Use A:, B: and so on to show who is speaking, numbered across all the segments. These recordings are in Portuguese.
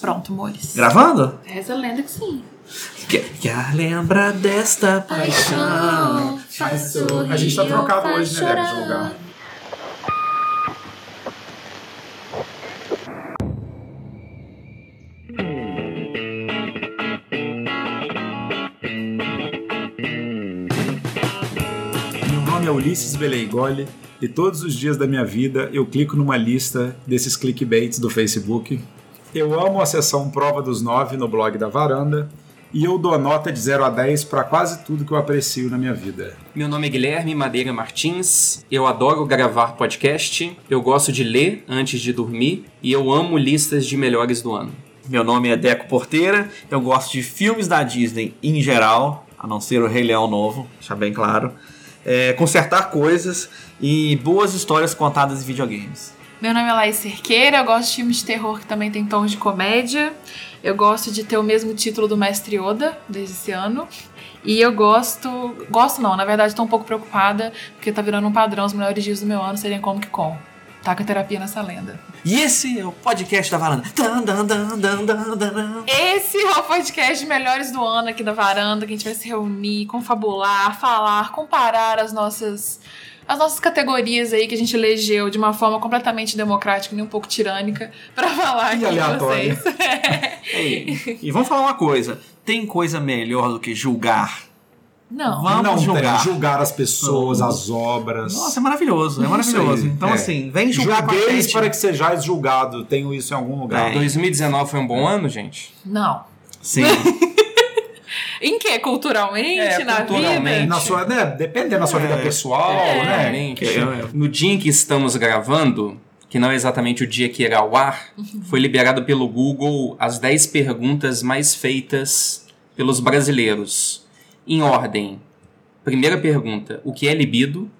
A: Pronto, amores.
B: Gravando?
C: Essa lenda que sim.
B: Quer, quer lembrar desta paixão?
C: faz
D: A gente tá
C: sorrir,
D: trocado
C: faz
D: hoje, né, Débora, de
C: chorar.
D: lugar. Meu nome é Ulisses Beleigoli e todos os dias da minha vida eu clico numa lista desses clickbaits do Facebook. Eu amo a sessão Prova dos Nove no blog da Varanda e eu dou nota de 0 a 10 para quase tudo que eu aprecio na minha vida.
E: Meu nome é Guilherme Madeira Martins. Eu adoro gravar podcast. Eu gosto de ler antes de dormir. E eu amo listas de melhores do ano.
B: Meu nome é Deco Porteira, eu gosto de filmes da Disney em geral, a não ser o Rei Leão Novo, deixar bem claro. É, consertar coisas e boas histórias contadas em videogames.
A: Meu nome é Laís Cerqueira, eu gosto de filmes de terror que também tem tons de comédia. Eu gosto de ter o mesmo título do Mestre Yoda desde esse ano. E eu gosto. Gosto não, na verdade tô um pouco preocupada, porque tá virando um padrão. Os melhores dias do meu ano seriam Comic Con. Taca terapia nessa lenda.
B: E esse é o podcast da varanda. Tan, dan, dan, dan, dan, dan.
A: Esse é o podcast de melhores do ano aqui da varanda, que a gente vai se reunir, confabular, falar, comparar as nossas as nossas categorias aí que a gente elegeu de uma forma completamente democrática e nem um pouco tirânica pra falar aqui com
D: aleatória.
A: vocês.
B: Ei, É e vamos falar uma coisa: tem coisa melhor do que julgar?
A: Não.
B: Vamos
D: não
B: julgar.
D: Tem, julgar as pessoas, as obras.
B: Nossa, é maravilhoso, é maravilhoso.
D: aí,
B: Então,
D: é.
B: assim, vem julgar com a
D: Julgueis
B: gente.
D: para que sejais julgado. Tenho isso em algum lugar.
B: É.
E: 2019 foi um bom ano, gente?
A: Não.
B: Sim.
A: Em que? Culturalmente?
E: É,
A: na
E: culturalmente.
A: vida?
D: Na sua, né, dependendo da sua vida pessoal, né?
E: Realmente.
B: É, é.
E: No dia em que estamos gravando, que não é exatamente o dia que irá ao ar, foi liberado pelo Google as 10 perguntas mais feitas pelos brasileiros. Em ordem. Primeira pergunta: o que é libido?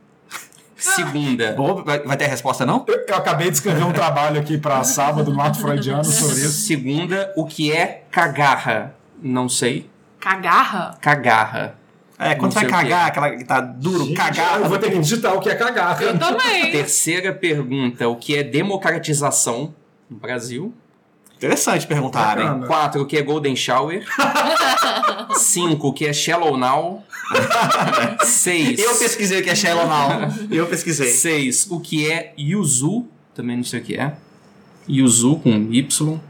E: Segunda,
B: Bobo, vai, vai ter a resposta, não?
D: Eu, eu acabei de escrever um trabalho aqui para sábado no Ato Freudiano sobre isso.
E: Segunda, o que é cagarra? Não sei.
A: Cagarra?
E: Cagarra.
B: É, quando
E: Não
B: você vai
E: sei o que
B: cagar, aquela que tá duro,
D: Gente,
B: cagar.
D: Eu vou ter que digitar o que é cagar.
A: Eu também.
E: Terceira pergunta, o que é democratização no Brasil?
B: Interessante perguntar, hein?
D: Bacana.
E: Quatro, o que é golden shower? Cinco, o que é shallow now? Seis.
B: Eu pesquisei o que é Shallow Now. Eu pesquisei.
E: Seis, o que é yuzu? Também não sei o que é. Yuzu com Y.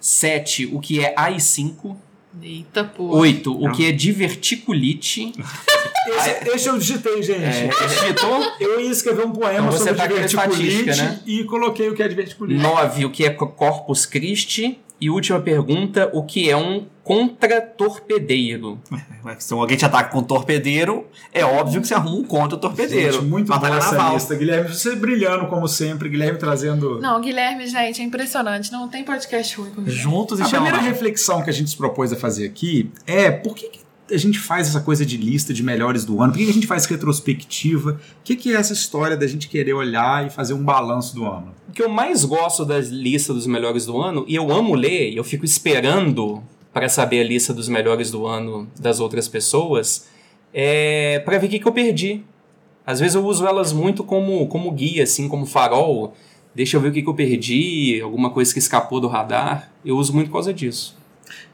E: Sete, o que é AI5?
A: Eita, pô.
E: Oito, o que é diverticulite?
D: Esse, esse eu digitei, gente.
E: É, digitou?
D: Eu ia escrever um poema
E: Então você
D: sobre
E: tá com a
D: diverticulite
E: estatística, né?
D: e coloquei o que é diverticulite.
E: 9, o que é co- Corpus Christi. E última pergunta, o que é um contratorpedeiro?
B: Se alguém te ataca com um torpedeiro, é óbvio que você arruma um contra o
E: Hum,
B: torpedeiro.
D: Gente, muito
B: Batalha
D: boa essa
B: naval.
D: lista, Guilherme. Você brilhando como sempre, Guilherme trazendo.
A: Não, Guilherme, gente, é impressionante. Não tem podcast ruim comigo.
B: Juntos e
D: A
B: Shallow
D: primeira
B: Now.
D: reflexão que a gente se propôs a fazer aqui é por que, que a gente faz essa coisa de lista de melhores do ano? Por que, que a gente faz retrospectiva? O que, que é essa história da gente querer olhar e fazer um balanço do ano?
E: O que eu mais gosto da lista dos melhores do ano, e eu amo ler, e eu fico esperando para saber a lista dos melhores do ano das outras pessoas, é para ver o que, que eu perdi. Às vezes eu uso elas muito como, como guia, assim, como farol. Deixa eu ver o que, que eu perdi, alguma coisa que escapou do radar. Eu uso muito por causa disso.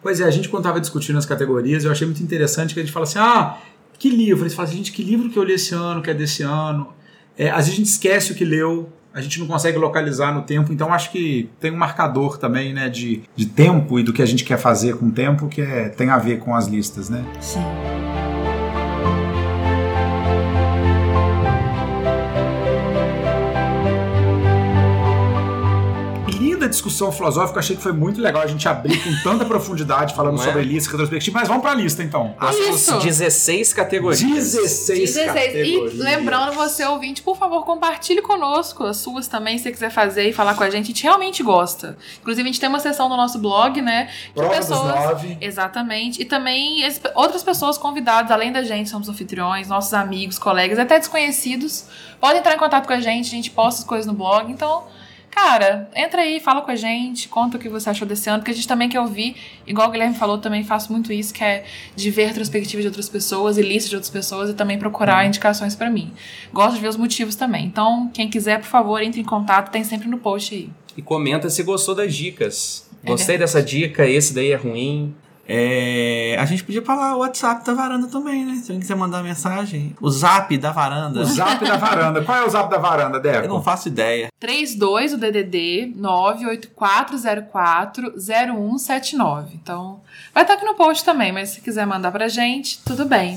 D: Pois é, a gente quando estava discutindo as categorias, eu achei muito interessante que a gente fala assim, ah, que livro? Eles falam assim, gente, que livro que eu li esse ano, que é desse ano? É, às vezes a gente esquece o que leu, a gente não consegue localizar no tempo, então acho que tem um marcador também, né, de, de tempo e do que a gente quer fazer com o tempo, que é, tem a ver com as listas, né?
A: Sim.
D: Linda discussão filosófica, achei que foi muito legal a gente abrir com tanta profundidade falando
E: Não é?
D: sobre lista, retrospectiva, mas vamos pra lista então.
E: Nós temos
A: É Isso.
E: 16 categorias.
D: 16,
A: 16.
D: categorias.
A: E lembrando você, ouvinte, por favor, compartilhe conosco as suas também, se você quiser fazer e falar com a gente. A gente realmente gosta. Inclusive, a gente tem uma sessão no nosso blog, né?
D: Prova dos
A: pessoas-
D: nove.
A: Exatamente. E também es- outras pessoas convidadas, além da gente, somos anfitriões, nossos amigos, colegas, até desconhecidos, podem entrar em contato com a gente, a gente posta as coisas no blog. Então, cara, entra aí, fala com a gente, conta o que você achou desse ano, porque a gente também quer ouvir, igual o Guilherme falou, também faço muito isso, que é de ver retrospectivas de outras pessoas e listas de outras pessoas e também procurar indicações pra mim. Gosto de ver os motivos também. Então, quem quiser, por favor, entre em contato, tem sempre no post aí.
E: E comenta se gostou das dicas. Gostei dessa dica, esse daí é ruim.
B: É, a gente podia falar o WhatsApp da varanda também, né? Se alguém quiser mandar mensagem. O zap da varanda.
D: O zap da varanda. Qual é o zap da varanda, Deco?
B: Eu não faço ideia.
A: 32 o DDD 98404 0179. Então, vai estar aqui no post também, mas se quiser mandar pra gente, tudo bem.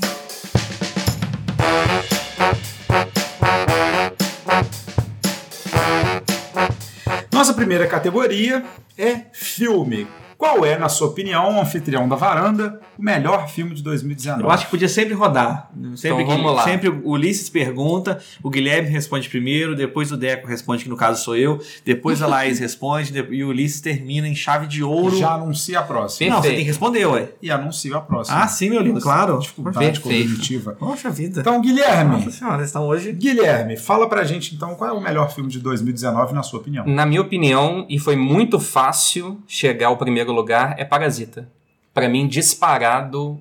D: Nossa primeira categoria é filme. Qual é, na sua opinião, o anfitrião da varanda, o melhor filme de 2019?
B: Eu acho que podia sempre rodar. Sempre,
E: Então, vamos
B: que,
E: lá.
B: sempre o Ulisses pergunta, o Guilherme responde primeiro, depois o Deco responde, que no caso sou eu, depois a Laís responde de- e o Ulisses termina em chave de é ouro.
D: Já anuncia a próxima.
B: Não, você
E: Perfeito.
B: tem que responder, ué.
D: E anuncio a próxima.
B: Ah, sim, meu lindo, claro.
D: Dificuldade
E: Perfeito.
D: cognitiva.
B: Poxa vida.
D: Então, Guilherme,
B: Nossa senhora, vocês estão hoje.
D: Guilherme, fala pra gente então qual é o melhor filme de 2019 na sua
B: Hum.
D: opinião.
E: Na minha opinião, e foi muito fácil chegar ao primeiro lugar, é Parasita. Pra mim, disparado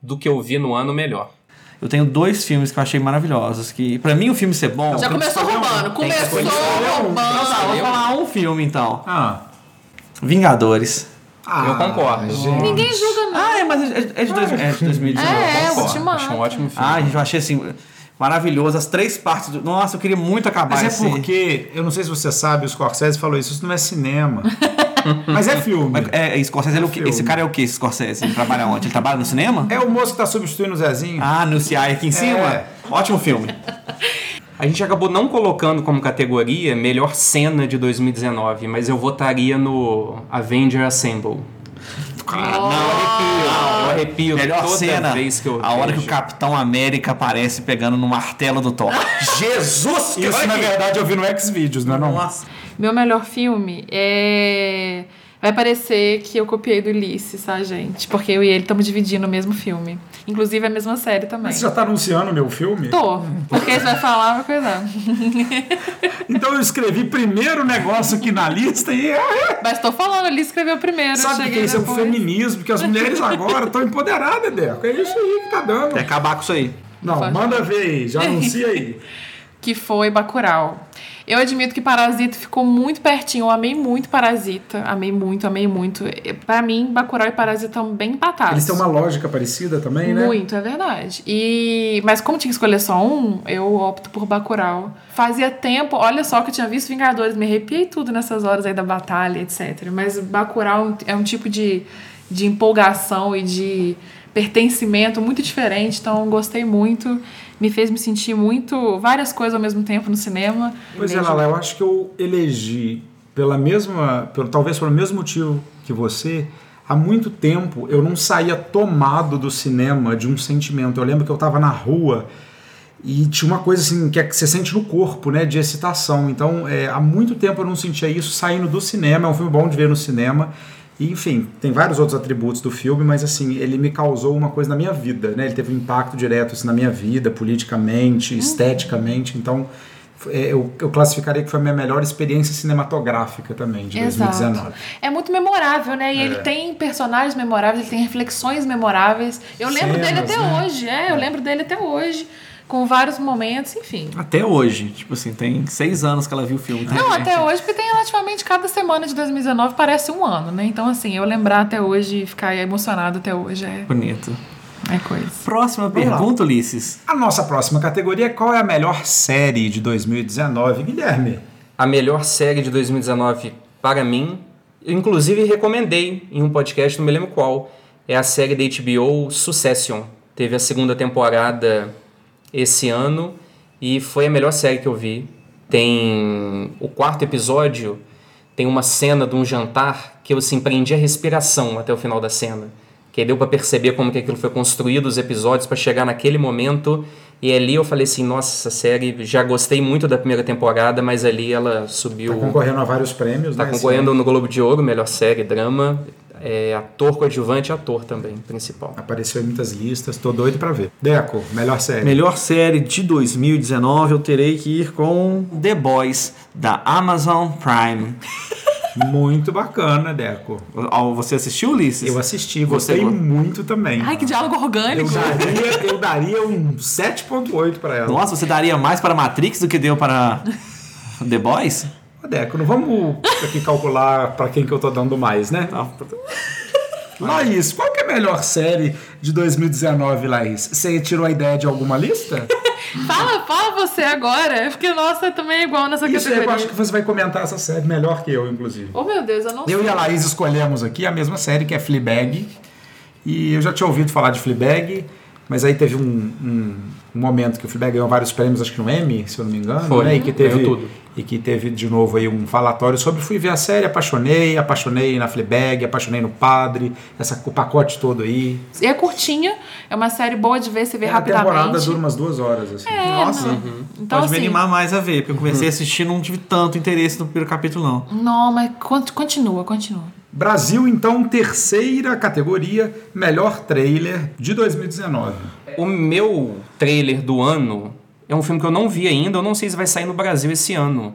E: do que eu vi no ano melhor.
B: Eu tenho dois filmes que eu achei maravilhosos. Que, pra mim, o filme ser bom.
A: Já
B: Eu
A: começou
B: escolhi um.
A: roubando.
E: Tem que
A: Começou
E: escolher um.
B: Ah,
A: roubando.
B: vou falar um filme então.
D: Ah,
B: Vingadores.
E: Eu concordo.
D: gente.
A: Ninguém julga, não.
B: Ah, é, mas é, é de, dois, é de 2019.
A: É, é, o
B: Concordo.
A: te mata.
E: Acho um ótimo filme.
B: Ah, gente, eu achei assim maravilhoso as três partes do. Nossa, eu queria muito acabar
D: Mas
B: esse.
D: é porque, eu não sei se você sabe, o Scorsese falou isso, isso não é cinema. Mas é filme.
B: Mas, É, Scorsese, ele é o quê?
D: Filme.
B: esse cara é o que, Scorsese? Ele trabalha onde? Ele trabalha no cinema?
D: É o moço que tá substituindo o Zezinho.
B: Ah, no CI aqui em cima?
D: É.
B: Ótimo filme.
E: A gente acabou não colocando como categoria melhor cena de 2019, mas eu votaria no Avenger Assemble. Não, eu arrepio
B: Ah, Melhor
E: toda
B: cena.
E: vez que eu
B: a hora que
E: vejo.
B: o Capitão América aparece pegando no martelo do Thor. Jesus! que
D: Isso,
B: olha
D: na
B: aqui.
D: verdade, eu vi no X-Videos, não é não?
B: Nossa.
A: Meu melhor filme é. Vai parecer que eu copiei do Ulisses, tá, gente? Porque eu e ele estamos dividindo o mesmo filme. Inclusive a mesma série também.
D: Mas você já tá anunciando o meu filme?
A: Tô. Porque você vai falar uma coisa.
D: Então eu escrevi primeiro o negócio aqui na lista e... ah,
A: Mas tô falando, ele escreveu primeiro. eu
D: Sabe o que
A: cheguei
D: é isso? É o
A: depois.
D: feminismo, que as mulheres agora estão empoderadas, Deco. É isso aí que tá dando.
B: Tem que acabar com isso aí.
D: Não,
A: Pode.
D: manda ver aí, já anuncia aí.
A: que foi Bacurau. Eu admito que Parasita ficou muito pertinho. Eu amei muito Parasita. Amei muito, amei muito. E, Pra mim, Bacurau e Parasita estão bem empatados.
D: Eles têm uma lógica parecida também, né?
A: Muito, é verdade. E mas como tinha que escolher só um, eu opto por Bacurau. Fazia tempo, olha só que eu tinha visto Vingadores, me arrepiei tudo nessas horas aí da batalha, etc. Mas Bacurau é um tipo de, de empolgação e de pertencimento muito diferente, então gostei muito. Me fez me sentir muito várias coisas ao mesmo tempo no cinema.
D: Pois é, Lala, eu acho que eu elegi pela mesma, pelo, talvez pelo mesmo motivo que você, há muito tempo eu não saía tomado do cinema de um sentimento. Eu lembro que eu estava na rua e tinha uma coisa assim que, é que você sente no corpo, né, de excitação. Então, é, há muito tempo eu não sentia isso saindo do cinema. É um filme bom de ver no cinema. E, enfim, tem vários outros atributos do filme, mas assim, ele me causou uma coisa na minha vida, né? Ele teve um impacto direto assim, na minha vida, politicamente, esteticamente. Então, é, eu, eu classificaria que foi a minha melhor experiência cinematográfica também, de
A: Exato.
D: 2019.
A: É muito memorável, né? E ele
D: É.
A: tem personagens memoráveis, ele tem reflexões memoráveis. Eu lembro
D: Cenas,
A: dele até
D: né?
A: hoje, é, eu lembro dele até hoje, com vários momentos, enfim.
B: Até hoje. Tipo assim, tem seis anos que ela viu o filme. tá,
A: Não,
B: gente?
A: até hoje, porque tem relativamente cada semana de 2019 parece um ano, né? Então, assim, eu lembrar até hoje e ficar emocionado até hoje é,
B: Bonito.
A: é coisa.
B: Próxima pergunta, Ulisses.
D: A nossa próxima categoria é qual é a melhor série de 2019, Guilherme? tá
E: A melhor série de 2019 para mim, eu inclusive recomendei em um podcast, não me lembro qual, é a série da HBO Succession. Teve a segunda temporada esse ano e foi a melhor série que eu vi. Tem o quarto episódio, tem uma cena de um jantar que eu assim, prendi a respiração até o final da cena. Que aí deu pra perceber como que aquilo foi construído, os episódios, pra chegar naquele momento. E ali eu falei assim, nossa, essa série, já gostei muito da primeira temporada, mas ali ela subiu...
D: Tá concorrendo a vários prêmios,
E: Tá
D: né?
E: concorrendo no Globo de Ouro, melhor série, drama, é, ator coadjuvante e ator também, principal.
D: Apareceu em muitas listas, tô doido pra ver. Deco, melhor série.
B: Melhor série de 2019, eu terei que ir com The Boys, da Amazon Prime.
D: Muito bacana, Deco.
B: Ó, Você assistiu, Ulisses?
D: Eu assisti,
B: Você
D: gostei
B: go-
D: muito também.
A: Ai, que diálogo
D: eu,
A: orgânico.
D: daria, eu daria um 7.8 pra ela.
B: Nossa, você daria mais para Matrix do que deu para The Boys?
D: Ô, Deco, não vamos aqui calcular pra quem que eu tô dando mais, né?
B: Tá.
D: Laís, qual que é a melhor série de 2019, Laís? Você tirou a ideia de alguma lista?
A: Fala, fala você agora, porque nossa, também é igual nessa
D: Isso aí, eu
A: categoria.
D: acho que você vai comentar essa série melhor que eu, inclusive.
A: Oh meu Deus, eu não
D: Eu
A: sei.
D: e a Laís escolhemos aqui a mesma série que é Fleabag. E eu já tinha ouvido falar de Fleabag, mas aí teve um, um- um momento que o Fleabag ganhou vários prêmios, acho que no Emmy, se eu não me engano,
E: Foi,
D: né? E que
E: ganhou
D: teve
E: tudo.
D: E que teve de novo aí um falatório sobre fui ver a série, apaixonei, apaixonei na Fleabag, apaixonei no Padre, essa, o pacote todo aí.
A: E é curtinha, é uma série boa de ver, você vê
D: É, a temporada
A: rapidamente.
D: dura umas duas horas, assim.
A: É,
B: Nossa.
A: não.
E: Uhum.
A: Então,
B: Pode me
A: assim,
B: animar mais a ver, porque eu comecei a assistir e não tive tanto interesse no primeiro capítulo, não.
A: Não, mas con- continua, continua.
D: Brasil, então, terceira categoria, melhor trailer de 2019.
E: O meu trailer do ano é um filme que eu não vi ainda, eu não sei se vai sair no Brasil esse ano.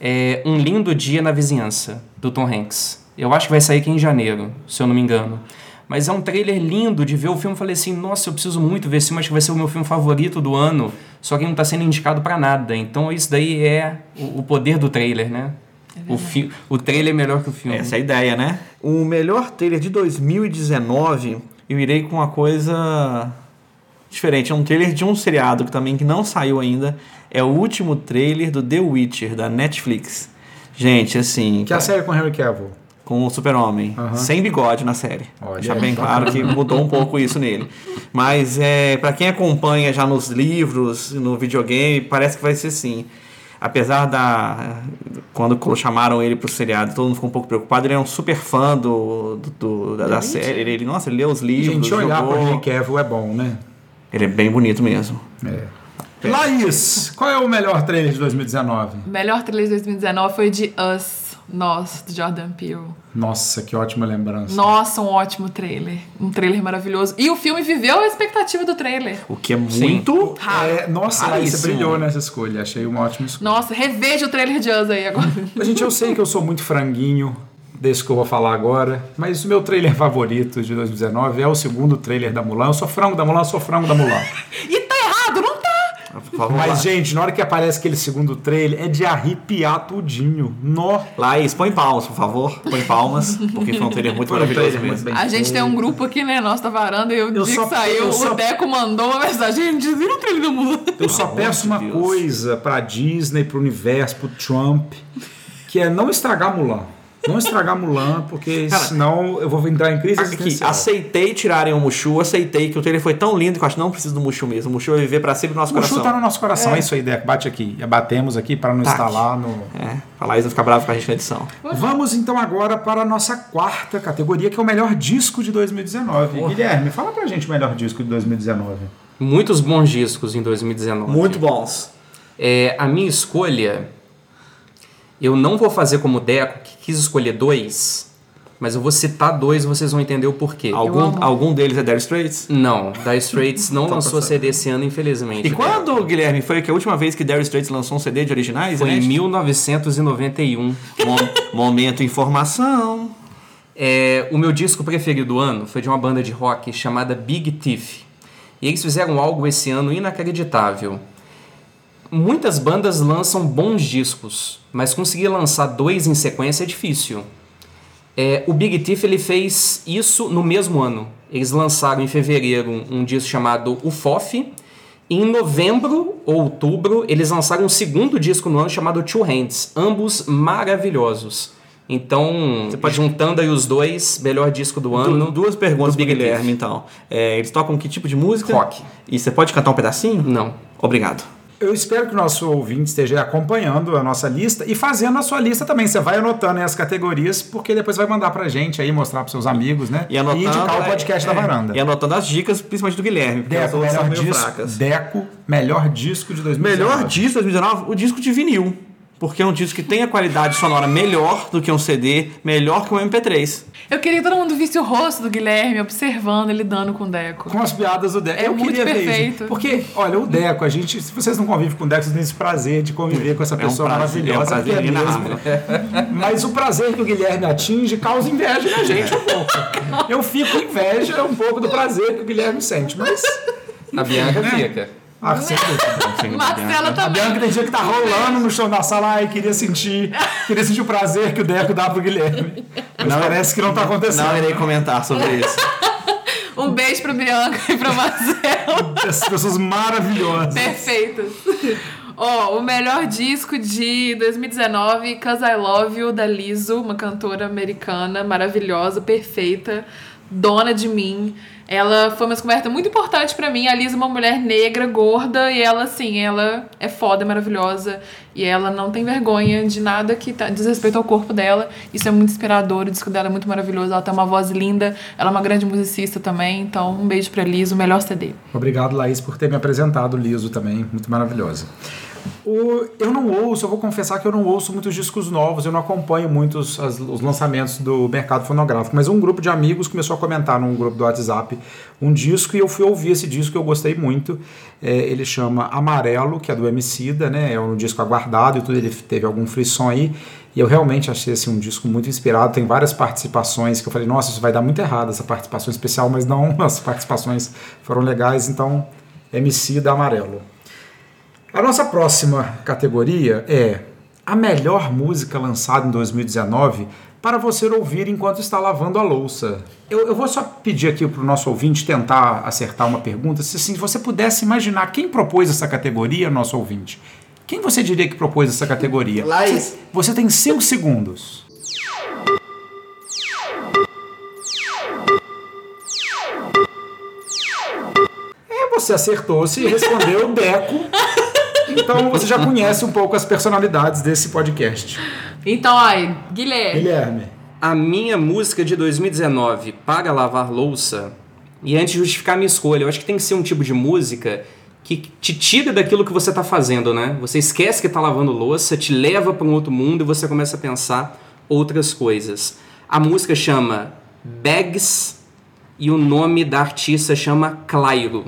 E: É Um Lindo Dia na Vizinhança, do Tom Hanks. Eu acho que vai sair aqui em janeiro, se eu não me engano. Mas é um trailer lindo de ver o filme. Eu Falei assim, nossa, eu preciso muito ver esse filme, acho que vai ser o meu filme favorito do ano. Só que não tá sendo indicado pra nada. Então isso daí é o, o poder do trailer, né? o, fi- o trailer é melhor que o filme.
B: Essa é a ideia, né? O melhor trailer de 2019, eu irei com uma coisa diferente. É um trailer de um seriado que também que não saiu ainda. É o último trailer do The Witcher, da Netflix. Gente, assim,
D: Que é a série com Henry Cavill.
B: com o Super-Homem,
D: Aham.
B: sem bigode na série.
D: Olha
B: Deixar
D: aí.
B: bem claro que mudou um pouco isso nele. Mas é, para quem acompanha já nos livros, no videogame, parece que vai ser assim. Apesar da. Quando co- chamaram ele pro seriado, todo mundo ficou um pouco preocupado. Ele é um super fã do, do- do- da, da série. Ele, nossa, ele leu os livros.
D: Gente, olhar
B: jogou.
D: pro Henry Cavill é bom, né?
B: Ele é bem bonito mesmo.
D: É. Laís, qual é o melhor trailer de 2019?
A: O melhor trailer de 2019 foi de Us, Nós, do Jordan Peele.
D: Nossa, que ótima lembrança.
A: Nossa, um ótimo trailer. Um trailer maravilhoso. E o filme viveu a expectativa do trailer.
B: O que é muito.
D: É, nossa, Laís, você
B: Raríssimo.
D: brilhou nessa escolha. Achei uma ótima escolha.
A: Nossa, reveja o trailer de Us aí agora.
D: Gente, eu sei que eu sou muito franguinho desse que eu vou falar agora, mas o meu trailer favorito de 2019 é o segundo trailer da Mulan. Eu sou frango da Mulan, eu sou frango da Mulan.
A: e tá errado, não tá?
B: Por favor,
D: Mas,
B: Mas,
D: gente, na hora que aparece aquele segundo trailer, é de arrepiar tudinho. Nó.
B: Laís, põe palmas, por favor. Põe palmas, porque foi um trailer muito
D: Foi um
B: maravilhoso
D: trailer
B: mesmo.
D: muito bem
A: A gente tem um grupo aqui, né? Nossa, da varanda. E o dia
D: só-
A: que saiu,
D: eu só-
A: o Deco mandou uma mensagem. Gente, vira o trailer do mundo.
D: Eu só
B: Pelo
D: peço uma
B: amor de Deus.
D: coisa pra Disney, pro universo, pro Trump, que é não estragar Mulan. Não estragar Mulan, porque
B: Cara,
D: senão eu vou entrar em crise
B: Aqui,
D: existencial.
B: aceitei tirarem o Mushu, aceitei que o trailer foi tão lindo que eu acho que não preciso do Mushu mesmo. O Mushu vai viver pra sempre no nosso
D: O Mushu
B: coração.
D: tá no nosso coração, é, isso aí, Deco. Bate aqui. Batemos aqui para não
B: Tá
D: instalar no...
B: É, a Laís vai ficar brava com a gente na edição.
D: Vamos então agora para a nossa quarta categoria, que é o melhor disco de 2019. Guilherme, fala pra gente o melhor disco de 2019.
E: Muitos bons discos em 2019.
B: Muito bons.
E: É, a minha escolha, eu não vou fazer como o Deco, que quis escolher dois, mas eu vou citar dois e vocês vão entender o porquê.
B: Algum,
A: amo.
B: algum deles é Dire Straits?
E: Não, Dire Straits não lançou CD esse ano, infelizmente.
B: E é quando, Guilherme, foi que a última vez que Dire Straits lançou um CD de originais?
E: Foi em
B: inédito?
E: 1991.
B: Mo- Momento informação.
E: É, o meu disco preferido do ano foi de uma banda de rock chamada Big Thief. E eles fizeram algo esse ano inacreditável. Muitas bandas lançam bons discos, mas conseguir lançar dois em sequência é difícil. É, o Big Thief ele fez isso no mesmo ano. Eles lançaram em fevereiro um disco chamado O FOF. E em novembro ou outubro, eles lançaram um segundo disco no ano chamado Two Hands. Ambos maravilhosos. Então, juntando aí os dois, melhor disco do ano.
B: Du- duas perguntas
E: do
B: pro
E: Big
B: Guilherme,
E: Thief.
B: então. É, eles tocam que tipo de música?
E: Rock.
B: E você pode cantar um
D: Hum.
B: pedacinho?
E: Não.
B: Obrigado.
D: Eu espero que o nosso ouvinte esteja acompanhando a nossa lista e fazendo a sua lista também. Você vai anotando aí as categorias, porque depois vai mandar pra gente aí, mostrar pros seus amigos, né?
B: E anotando.
D: indicar o
B: é,
D: podcast
B: é,
D: da varanda.
B: E anotando as dicas, principalmente do Guilherme, porque as
D: Deco,
B: outras são
D: melhor
B: meio
D: disco,
B: fracas.
D: Deco, melhor disco de 2019.
B: Melhor disco de 2019, o disco de vinil. Porque é um disco que tem a qualidade sonora melhor do que um CD, melhor que um MP3.
A: Eu queria que todo mundo visse o rosto do Guilherme observando ele dando com o Deco.
D: Com as piadas do Deco.
A: É
D: eu
A: muito
D: queria ver
A: perfeito.
D: isso. Porque, olha, o Deco, a gente, se vocês não convivem com o Deco, vocês têm esse prazer de conviver com essa
B: É um
D: pessoa
B: prazer, é um
D: maravilhosa.
B: prazer
D: que é mesmo.
B: inenarrável.
D: Mas o prazer que o Guilherme atinge causa inveja na gente um pouco. Eu fico com inveja um pouco do prazer que o Guilherme sente, mas.
E: A Bianca fica.
D: Ah, que sempre.
B: Sem
A: Marcela
D: A
A: também.
D: Bianca tem dia que tá rolando no chão da sala ai, queria sentir, queria sentir o prazer que o Deco dá pro Guilherme. Mas parece que não tá acontecendo.
B: Não é irei comentar sobre isso.
A: Um beijo pra Bianca e pra Marcelo.
D: Essas pessoas maravilhosas.
A: Perfeitos. Ó, o melhor disco de 2019, Cause I Love You, da Lizzo, uma cantora americana maravilhosa, perfeita, dona de mim. Ela foi uma descoberta muito importante pra mim. A Lizzo é uma mulher negra, gorda, e ela, assim, ela é foda, maravilhosa. E ela não tem vergonha de nada que tá, diz respeito ao corpo dela. Isso é muito inspirador, o disco dela é muito maravilhoso. Ela tem uma voz linda, ela é uma grande musicista também. Então, um beijo pra Lizzo, o melhor CD.
D: Obrigado, Laís, por ter me apresentado, Liso também, muito maravilhosa. O, eu não ouço, eu vou confessar que eu não ouço muitos discos novos, eu não acompanho muitos as- os lançamentos do mercado fonográfico, mas um grupo de amigos começou a comentar num grupo do WhatsApp um disco e eu fui ouvir esse disco e eu gostei muito. É, ele chama Amarelo, que é do Emicida, né? É um disco aguardado e tudo, ele teve algum frisson aí. E eu realmente achei assim, um disco muito inspirado. Tem várias participações que eu falei, nossa, isso vai dar muito errado, essa participação especial, mas não, as participações foram legais, então MC da Amarelo. A nossa próxima categoria é a melhor música lançada em 2019 para você ouvir enquanto está lavando a louça. Eu, eu vou só pedir aqui para o nosso ouvinte tentar acertar uma pergunta. Se assim, você pudesse imaginar quem propôs essa categoria, nosso ouvinte, quem você diria que propôs essa categoria?
B: Laís.
D: Você tem 5 segundos. É, você acertou, se respondeu Deco. Então você já conhece um pouco as personalidades desse podcast.
A: Então, aí,
D: É.
A: Guilherme.
D: Guilherme.
E: A minha música de 2019 para lavar louça, e antes de justificar a minha escolha, eu acho que tem que ser um tipo de música que te tira daquilo que você tá fazendo, né? Você esquece que tá lavando louça, te leva para um outro mundo e você começa a pensar outras coisas. A música chama Bags e o nome da artista chama Clairo.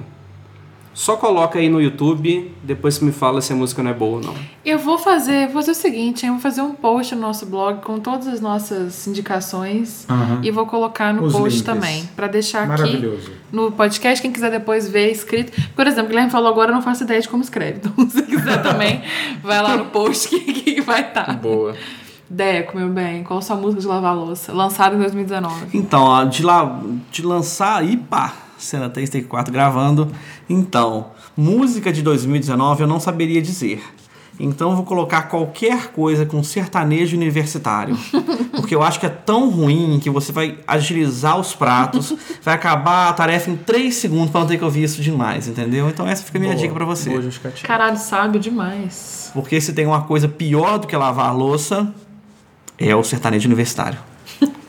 E: Só coloca aí no YouTube, depois você me fala se a música não é boa ou não.
A: Eu vou fazer, vou fazer o seguinte, hein? eu vou fazer um post no nosso blog com todas as nossas indicações
D: Aham.
A: e vou colocar no
D: Os
A: post
D: links.
A: também, Pra deixar aqui
D: Maravilhoso.
A: no podcast, quem quiser depois ver escrito. Por exemplo, o Guilherme falou agora, eu não faço ideia de como escreve. Então, se quiser também, vai lá no post que, que vai estar. Tá.
E: Boa.
A: Deco, meu bem, qual sua música de lavar louça? Lançada em 2019.
B: Então, ó, de, lá, de lançar aí, pá, cena 334 gravando. Então, música de 2019 eu não saberia dizer. Então eu vou colocar qualquer coisa com sertanejo universitário. Porque eu acho que é tão ruim que você vai agilizar os pratos, vai acabar a tarefa em 3 segundos pra não ter que ouvir isso demais, entendeu? Então essa fica a minha dica pra você.
E: Boa justificativa.
A: Caralho, sábio demais.
B: Porque se tem uma coisa pior do que lavar a louça, é o sertanejo universitário.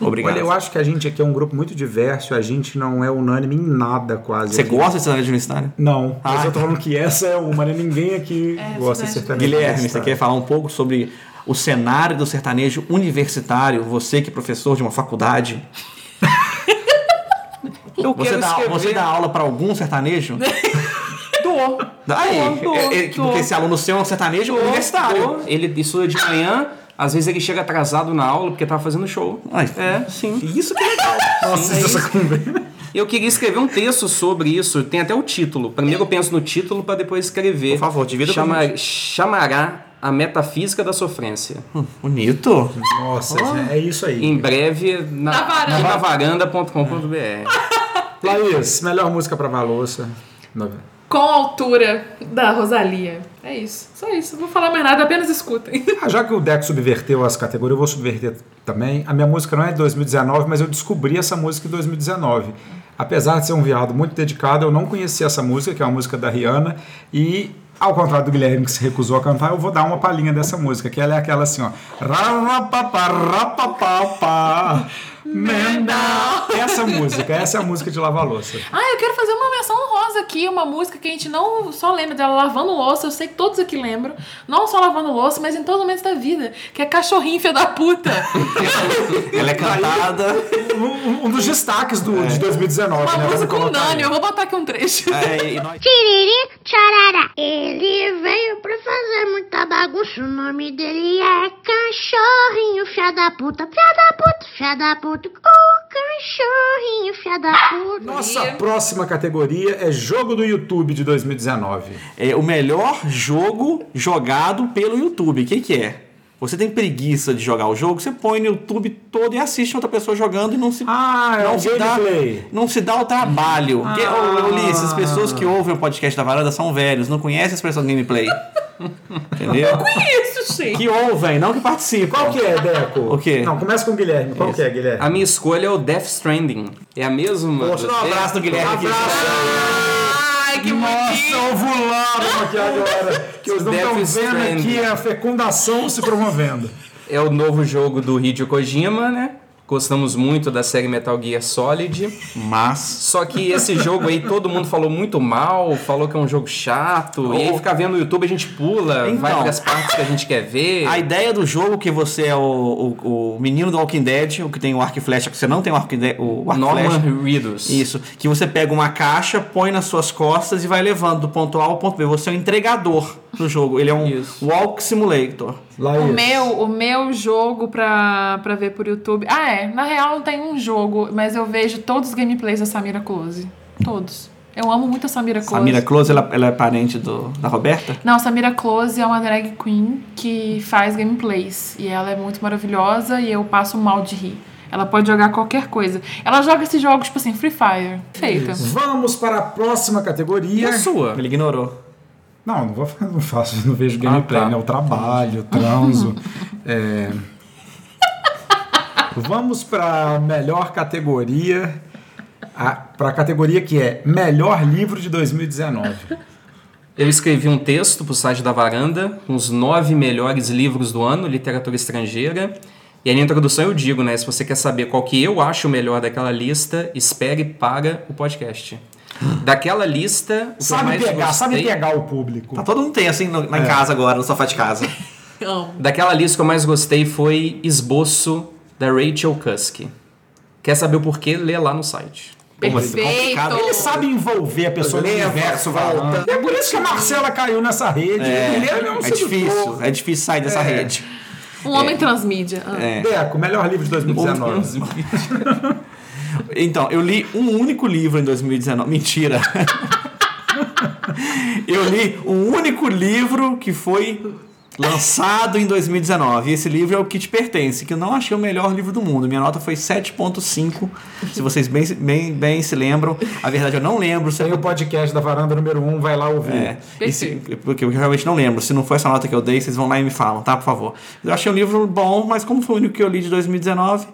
B: Obrigado.
D: Olha, eu acho que a gente aqui é um grupo muito diverso, a gente não é unânime em nada quase.
B: Você
D: aqui.
B: gosta de sertanejo universitário?
D: Não, mas
B: Ah.
D: eu tô falando que essa é uma, né? Ninguém aqui
A: É,
D: gosta de
A: isso
D: sertanejo.
B: Guilherme, você quer falar um pouco sobre o cenário do sertanejo universitário? Você que é professor de uma faculdade.
E: Eu
B: Você, dá, você dá aula pra algum sertanejo?
E: Dou.
B: Aí,
E: dou,
B: é- é-
E: dou.
B: porque esse aluno seu é um sertanejo universitário.
E: Dou. Ele estuda de manhã, às vezes ele chega atrasado na aula porque tava fazendo show.
B: Ai,
E: É, sim.
B: Isso que é legal.
D: Nossa, essa conversa.
E: Eu queria escrever um texto sobre isso, tem até o título. Primeiro eu penso no título para depois escrever.
B: Por favor, divida com a
E: Chama, Chamará a metafísica da sofrência.
B: Bonito.
D: Nossa, é isso aí.
E: Em breve na,
A: Na varanda.
E: na varanda.com.br.
D: Laís, melhor música pra Valouça.
A: Com a altura da Rosalia. É isso, só isso. Não vou falar mais nada, apenas escutem.
D: Ah, já que o Deco subverteu as categorias, eu vou subverter também. A minha música não é de 2019, mas eu descobri essa música em 2019. Apesar de ser um viado muito dedicado, eu não conhecia essa música, que é uma música da Rihanna, e ao contrário do Guilherme que se recusou a cantar, eu vou dar uma palhinha dessa música, que ela é aquela assim, ó. Rarapapá, rapapapá, mendá. Essa música, essa é a música de lavar louça.
A: Ah, eu quero fazer uma menção honrosa aqui, uma música que a gente não só lembra dela lavando louça, eu sei que todos aqui lembram, não só lavando louça, mas em todos os momentos da vida, que é Cachorrinho Filho da Puta.
B: Ela é cantada.
D: Um, um dos destaques do, de
A: É.
D: 2019,
A: Uma
D: né? Vamos
A: música
D: colocar aí.
A: unânime, eu vou botar aqui um trecho.
B: É, e nós-
C: Tiriri, tcharará. Ele veio pra fazer muita bagunça. O nome dele é Cachorrinho, fia da puta, fia da puta, fia da puta. O cachorrinho, fia filha da puta.
D: Nossa próxima categoria é jogo do YouTube de 2019.
B: É o melhor jogo jogado pelo YouTube. O que, que é? Você tem preguiça de jogar o jogo, você põe no YouTube todo e assiste outra pessoa jogando e não se,
D: Ah, é
B: não
D: o
B: se, dá,
D: gameplay.
B: não se dá o trabalho. Porque,
D: Ah.
B: ô, Ulisses, as pessoas que ouvem o podcast da varanda são velhos, não conhecem a expressão gameplay. Entendeu?
A: Isso, gente.
B: que ouvem, não que participam.
D: Qual que é, Deco?
B: O quê?
D: Não, começa com o Guilherme. Qual que é, Guilherme?
E: A minha escolha é o Death Stranding. É a mesma.
B: Poxa, dá um
E: do-
B: abraço do Guilherme aqui.
A: Ai, que
D: Nossa,
A: bonitinho.
D: ovularam aqui agora. Que eles não
E: Death
D: estão vendo
E: Stranding.
D: aqui é a fecundação se promovendo.
E: É o novo jogo do Hideo Kojima, né? Gostamos muito da série Metal Gear Solid.
B: Mas.
E: Só que esse jogo aí todo mundo falou muito mal, falou que é um jogo chato. E aí
B: Oh.
E: ficar vendo no YouTube a gente pula, vai
B: Então.
E: para as partes que a gente quer ver.
B: A ideia do jogo é que você é o, o- o menino do Walking Dead, o que tem o arco e flecha, que você não tem o arco e de- o arco e flecha.
E: Norman Reedus.
B: Isso. Que você pega uma caixa, põe nas suas costas e vai levando do ponto A ao ponto B. Você é um entregador do jogo. Ele é um
E: Isso.
B: walk simulator.
D: Laís.
A: O meu, o meu jogo pra, pra ver por YouTube. Ah, é. Na real, não tem um jogo, mas eu vejo todos os gameplays da Samira Close. Todos. Eu amo muito a Samira Close.
B: Samira Close, ela, ela é parente do, da Roberta?
A: Não, Samira Close é uma drag queen que faz gameplays. E ela é muito maravilhosa e eu passo mal de rir. Ela pode jogar qualquer coisa. Ela joga esse jogo, tipo assim, Free Fire. Feita.
D: Vamos para a próxima
E: E
D: categoria.
E: a sua?
B: Ele ignorou.
D: Não, não vou não faço, não vejo gameplay,
E: tá.
D: né? O trabalho, o transo. é. Vamos para a melhor categoria, para a categoria que é melhor livro de 2019.
E: Eu escrevi um texto pro site da Varanda, com os nove melhores livros do ano, literatura estrangeira. E aí na introdução eu digo, né? Se você quer saber qual que eu acho o melhor daquela lista, espere para o podcast. Daquela lista, o que eu
D: Sabe
E: mais
D: pegar,
E: gostei,
D: sabe pegar o público.
B: Tá todo mundo tenso, hein? no- lá em casa agora, no sofá de casa.
A: Não.
E: Daquela lista que eu mais gostei foi Esboço da Rachel Cusk. Quer saber o porquê? Lê lá no site.
A: Perfeito. é
B: complicado.
D: Ele sabe envolver a pessoa
B: Leva,
D: no universo, vai
B: volta.
D: É por isso que a Marcela caiu nessa rede. o Guilherme um
B: é
D: sedutor.
B: difícil, é difícil sair dessa rede.
A: Um homem transmídia. Ah.
B: é.
D: Deco, melhor livro de 2019.
B: Então, eu li um único livro em 2019. Mentira. eu li um único livro que foi lançado em 2019. E esse livro é o que te pertence, que eu não achei o melhor livro do mundo. Minha nota foi 7.5. Se vocês bem, bem, bem se lembram. A verdade, eu não lembro. Se
D: Tem o podcast da Varanda número 1, um, vai lá ouvir.
B: é, esse- porque eu realmente não lembro. Se não foi essa nota que eu dei, vocês vão lá e me falam, tá? Por favor. Eu achei um livro bom, mas como foi o único que eu li de 2019,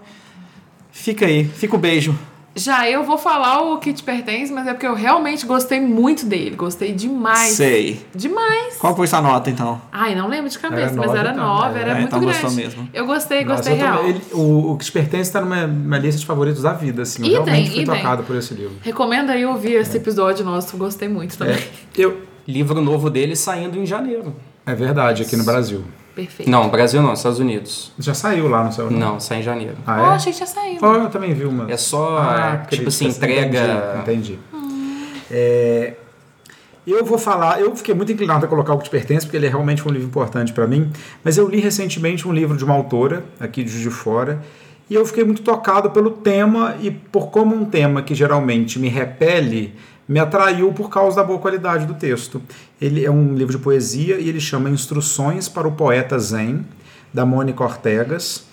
B: fica aí. Fica o beijo.
A: Já eu vou falar o que te pertence, mas é porque eu realmente gostei muito dele. Gostei demais.
B: Sei.
A: Demais.
B: Qual foi sua nota, então?
A: Ai, não lembro de cabeça,
D: Era
A: mas
D: nove,
A: era
D: então,
A: nova,
D: é.
A: era
B: É,
A: muito
B: então
A: grande.
B: gostou mesmo.
A: Eu gostei,
D: Nossa,
A: gostei
D: eu tô-
A: real.
D: ele- o, o que te pertence está numa minha lista de favoritos da vida, assim. Eu
A: Idem,
D: realmente fui
A: idem.
D: tocado por esse livro. É,
A: Recomendo aí ouvir esse episódio nosso, gostei muito também.
D: Eu,
E: Livro novo dele saindo em janeiro.
D: é verdade, aqui no Brasil.
A: Perfeito.
E: Não, Brasil não, Estados Unidos.
D: Já saiu lá no seu. né?
E: Não, sai em janeiro.
A: Oh,
D: Ah, é?
A: achei que tinha saído.
D: Oh, eu também vi uma.
E: É só,
D: Ah,
E: tipo assim,
D: críticas.
E: entrega.
D: Entendi. entendi. É, eu vou falar, eu fiquei muito inclinado a colocar o que te pertence, porque ele é realmente um livro importante para mim, mas eu li recentemente um livro de uma autora, aqui de Juiz de Fora, e eu fiquei muito tocado pelo tema e por como um tema que geralmente me repele me atraiu por causa da boa qualidade do texto. Ele é um livro de poesia e ele chama Instruções para o Poeta Zen, da Mônica Ortegas.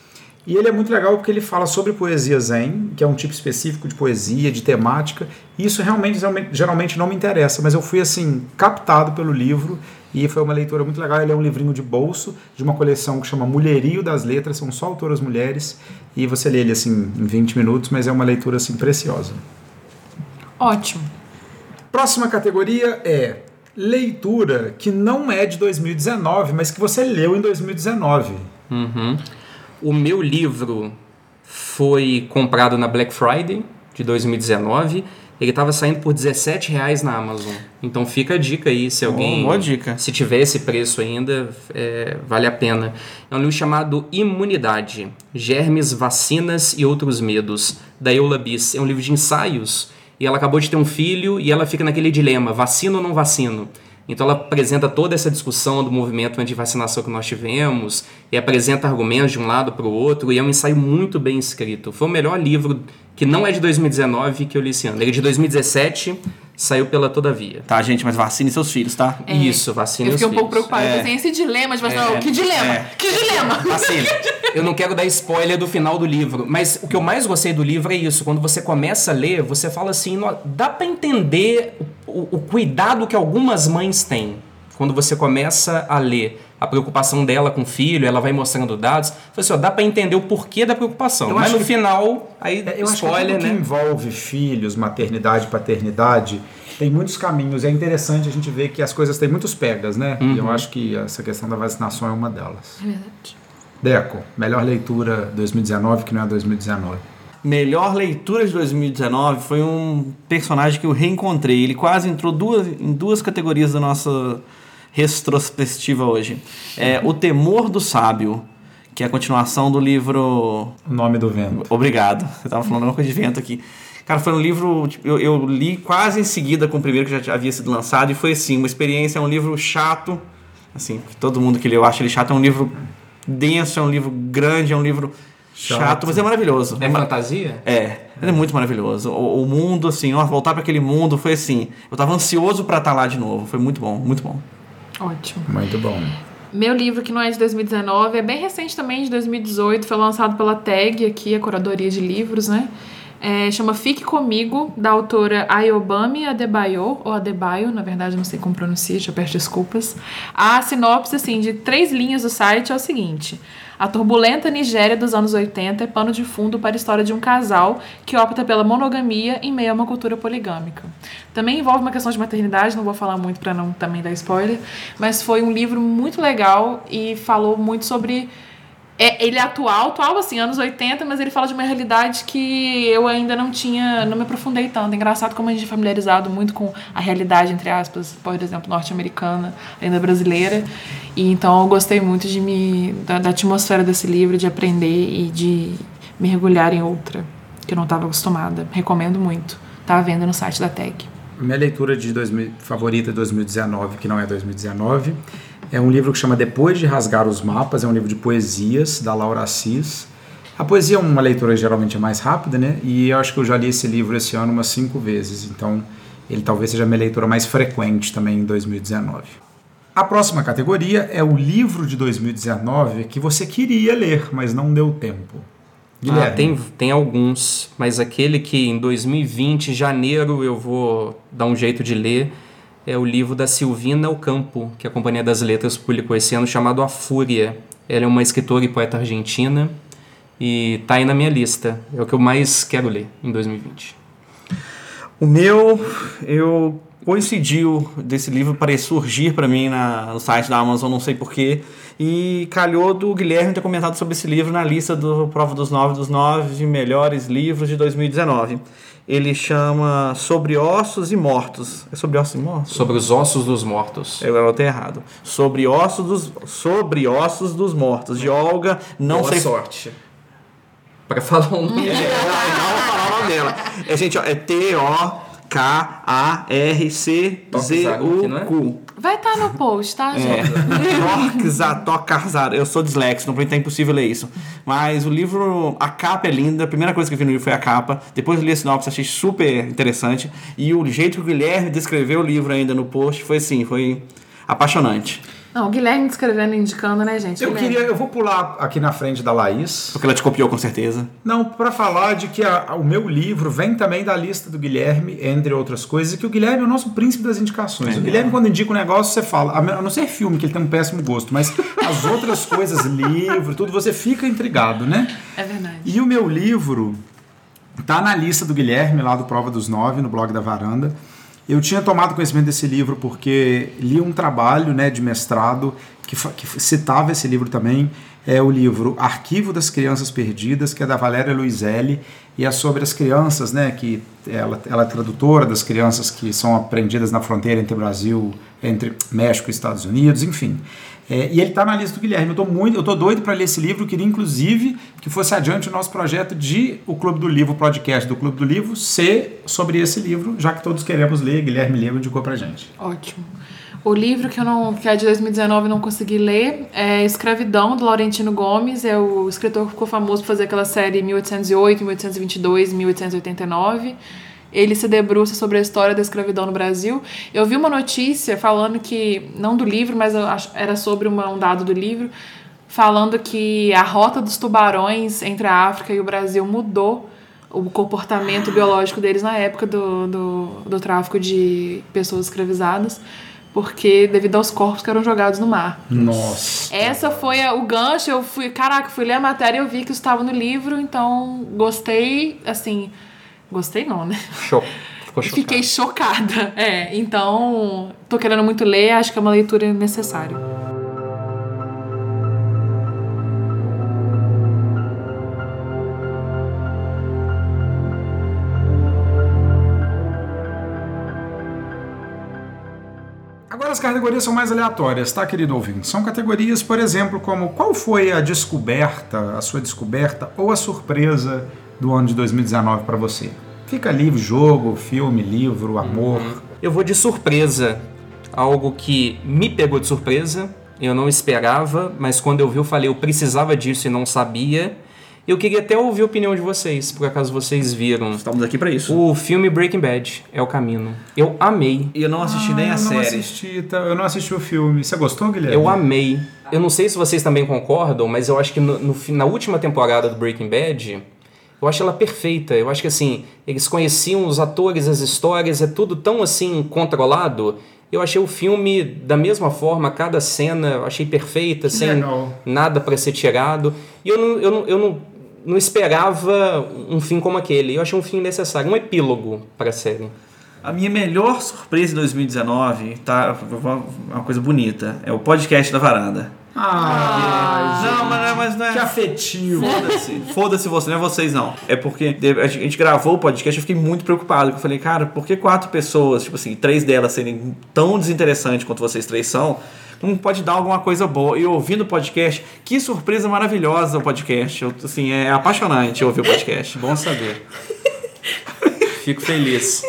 D: E ele é muito legal porque ele fala sobre poesia zen, que é um tipo específico de poesia, de temática. E isso realmente geralmente- geralmente não me interessa, mas eu fui assim captado pelo livro e foi uma leitura muito legal. Ele é um livrinho de bolso de uma coleção que chama Mulherio das Letras, são só autoras mulheres, e você lê ele assim em 20 minutos, mas é uma leitura assim preciosa.
A: Ótimo.
D: Próxima categoria é leitura que não é de 2019, mas que você leu em 2019.
E: Uhum. O meu livro foi comprado na Black Friday de 2019. Ele estava saindo por R$17,00 na Amazon. Então fica a dica aí, se alguém.
B: boa dica.
E: Se tiver esse preço ainda, é, vale a pena. É um livro chamado Imunidade: Germes, Vacinas e Outros Medos, da Eula Bis. É um livro de ensaios e ela acabou de ter um filho e ela fica naquele dilema: vacino ou não vacino? Então ela apresenta toda essa discussão do movimento anti-vacinação que nós tivemos e apresenta argumentos de um lado para o outro e é um ensaio muito bem escrito. Foi o melhor livro que não é de 2019 que eu li esse ano. Ele é de 2017, saiu pela Todavia.
B: Tá, gente, mas vacine seus filhos, tá?
A: É.
E: Isso, vacina
A: Eu
E: os
A: fiquei um pouco
E: filhos.
A: preocupada.
B: É.
A: Eu pensei, esse dilema, tipo, assim,
E: É.
A: não, que dilema?
B: É.
A: Que dilema?
B: Vacine.
E: Eu não quero dar spoiler do final do livro, mas o que eu mais gostei do livro é isso. Quando você começa a ler, você fala assim, "Nó, dá pra entender o, o- o cuidado que algumas mães têm. Quando você começa a ler a preocupação dela com o filho, ela vai mostrando dados. Fala assim, ó, dá pra entender o porquê da preocupação.
D: Eu
E: mas
D: acho
E: no
D: que-
E: final, aí
D: É, Eu acho
E: spoiler,
D: que tudo que
E: né?
D: envolve filhos, maternidade, paternidade, tem muitos caminhos. É interessante a gente ver que as coisas têm muitos pegas, né? E
E: Uhum.
D: eu acho que essa questão da vacinação é uma delas. Deco, melhor leitura 2019 que não é 2019.
B: Melhor leitura de 2019 foi um personagem que eu reencontrei. Ele quase entrou duas, em duas categorias da nossa retrospectiva hoje. É O Temor do Sábio, que é a continuação do livro
D: O nome do vento.
B: Obrigado. Você tava falando alguma coisa de vento aqui. Cara, foi um livro. tipo, eu, eu li quase em seguida com o primeiro que já havia sido lançado, e foi assim, uma experiência, é um livro chato. Assim, que todo mundo que leu acha ele chato, é um livro denso, é um livro grande, é um livro chato,
D: Chato.
B: mas é maravilhoso.
E: É fantasia?
B: É, ele é muito maravilhoso. O, o mundo, assim, ó, voltar pra aquele mundo foi assim. Eu tava ansioso pra estar lá de novo. Foi muito bom, muito bom.
A: Ótimo.
D: Muito bom.
A: Meu livro, que não é de 2019, é bem recente também, de 2018, foi lançado pela TAG aqui, a curadoria de livros, né? É, chama Fique Comigo, da autora Ayobami Adebayo, ou Adebayo, na verdade, eu não sei como pronuncia, já peço desculpas. A sinopse, assim, de três linhas do site é o seguinte. A turbulenta Nigéria dos anos 80 é pano de fundo para a história de um casal que opta pela monogamia em meio a uma cultura poligâmica. Também envolve uma questão de maternidade, não vou falar muito para não também dar spoiler, mas foi um livro muito legal e falou muito sobre é, ele é atual, atual assim, anos 80, mas ele fala de uma realidade que eu ainda não tinha, não me aprofundei tanto. Engraçado como a gente é familiarizado muito com a realidade, entre aspas, por exemplo, norte-americana, ainda brasileira. E então eu gostei muito de me, da, da atmosfera desse livro, de aprender e de mergulhar em outra, que eu não estava acostumada. Recomendo muito. Tá à venda no site da Tag.
D: Minha leitura de 2000, favorita de 2019, que não é 2019, é um livro que chama Depois de Rasgar os Mapas, é um livro de poesias da Laura Assis. A poesia é uma leitura geralmente mais rápida, né? E eu acho que eu já li esse livro esse ano umas cinco vezes, então ele talvez seja a minha leitura mais frequente também em 2019. A próxima categoria é o livro de 2019 que você queria ler, mas não deu tempo.
E: Ah, tem, tem alguns, mas aquele que em 2020, janeiro, eu vou dar um jeito de ler é o livro da Silvina Ocampo, que a Companhia das Letras publicou esse ano, chamado A Fúria. Ela é uma escritora e poeta argentina e tá aí na minha lista. É o que eu mais quero ler em 2020.
B: O meu, eu coincidiu desse livro para surgir para mim na- no site da Amazon, não sei porquê, e calhou do Guilherme ter comentado sobre esse livro na lista do Prova dos Nove dos Nove Melhores Livros de 2019. Ele chama Sobre Ossos e Mortos. É sobre ossos e mortos?
E: Sobre os ossos dos mortos.
B: Eu anotei errado. Sobre ossos dos, sobre ossos dos mortos, de Olga, não
E: Boa
B: sei
E: sorte. Pra falar um nome.
B: não vou falar o nome dela. É, gente, ó, é
E: Toca o Zago aqui,
B: T-O-K-A-R-C-Z-U-Q.
A: Vai estar no post, tá, gente?
B: é? Torxatocarzar. Eu sou disléxico, não é impossível ler isso. Mas o livro, a capa é linda. A primeira coisa que eu vi no livro foi a capa. Depois eu li a sinopse, achei super interessante. E o jeito que o Guilherme descreveu o livro ainda no post foi assim, foi apaixonante.
A: Não, o Guilherme escrevendo, indicando, né, gente?
D: Eu
A: Guilherme.
D: queria, eu vou pular aqui na frente da Laís.
B: Porque ela te copiou com certeza.
D: Não, para falar de que a- a- o meu livro vem também da lista do Guilherme, entre outras coisas, e que o Guilherme é o nosso príncipe das indicações. o Guilherme, quando indica um negócio, você fala, a me- a não ser filme, que ele tem um péssimo gosto, mas as outras coisas, livro, tudo, você fica intrigado, né?
A: É verdade.
D: E o meu livro tá na lista do Guilherme, lá do Prova dos Nove, no blog da Varanda. Eu tinha tomado conhecimento desse livro porque li um trabalho né, de mestrado que, fa- que citava esse livro também. É o livro Arquivo das Crianças Perdidas, que é da Valéria Luizelli, e é sobre as crianças, né? Que ela, ela é tradutora das crianças que são apreendidas na fronteira entre Brasil, entre México e Estados Unidos, enfim. É, e ele está na lista do Guilherme. Eu tô muito, eu tô doido para ler esse livro. Eu queria, inclusive, que fosse adiante o nosso projeto de o Clube do Livro, o podcast do Clube do Livro, ser sobre esse livro, já que todos queremos ler. Guilherme Lima indicou pra gente.
A: Ótimo. O livro que eu não que é de 2019 e não consegui ler é Escravidão, do Laurentino Gomes. É o escritor que ficou famoso por fazer aquela série 1808, 1822, 1889. Ele se debruça sobre a história da escravidão no Brasil. Eu vi uma notícia falando que, não do livro, mas eu acho- era sobre uma- um dado do livro, falando que a rota dos tubarões entre a África e o Brasil mudou o comportamento biológico deles na época do, do, do tráfico de pessoas escravizadas, porque devido aos corpos que eram jogados no mar.
D: Nossa.
A: Essa foi a- o gancho, eu fui, caraca, fui ler a matéria e eu vi que isso estava no livro, então gostei, assim, gostei não, né?
E: Show. Ficou chocado.
A: Fiquei chocada. É, então tô querendo muito ler, acho que é uma leitura necessária.
D: Agora as categorias são mais aleatórias, tá, querido ouvinte? São categorias, por exemplo, como qual foi a descoberta, a sua descoberta ou a surpresa do ano de 2019 para você? Fica livre, jogo, filme, livro, amor.
E: Eu vou de surpresa. Algo que me pegou de surpresa. Eu não esperava, mas quando eu vi, eu falei, eu precisava disso e não sabia. Eu queria até ouvir a opinião de vocês, por acaso vocês viram.
B: Estamos aqui pra isso.
E: O filme Breaking Bad é o caminho. Eu amei.
B: E eu não assisti
D: Ah,
B: nem
D: eu
B: a
D: não
B: série.
D: assisti, tá? Eu não assisti o filme. Você gostou, Guilherme?
E: Eu amei. Eu não sei se vocês também concordam, mas eu acho que no- no fi- na última temporada do Breaking Bad, eu acho ela perfeita. Eu acho que assim, eles conheciam os atores, as histórias, é tudo tão assim controlado. Eu achei o filme da mesma forma, cada cena eu achei perfeita, sem
D: Legal.
E: nada pra ser tirado. E eu não, eu não, eu não, não esperava um fim como aquele. Eu achei um fim necessário, um epílogo pra série.
B: A minha melhor surpresa em 2019 tá uma coisa bonita. É o podcast da varanda.
D: Ah,
B: Não, mas, mas não é.
D: que afetivo.
B: Foda-se. Foda-se você, não é vocês não. É porque de- a gente gravou o podcast, eu fiquei muito preocupado. que Eu falei, cara, por que quatro pessoas, tipo assim, três delas serem tão desinteressantes quanto vocês três são, não pode dar alguma coisa boa? E ouvindo o podcast, que surpresa maravilhosa o podcast. Eu, assim, é apaixonante ouvir o podcast.
E: Bom saber. Fico feliz.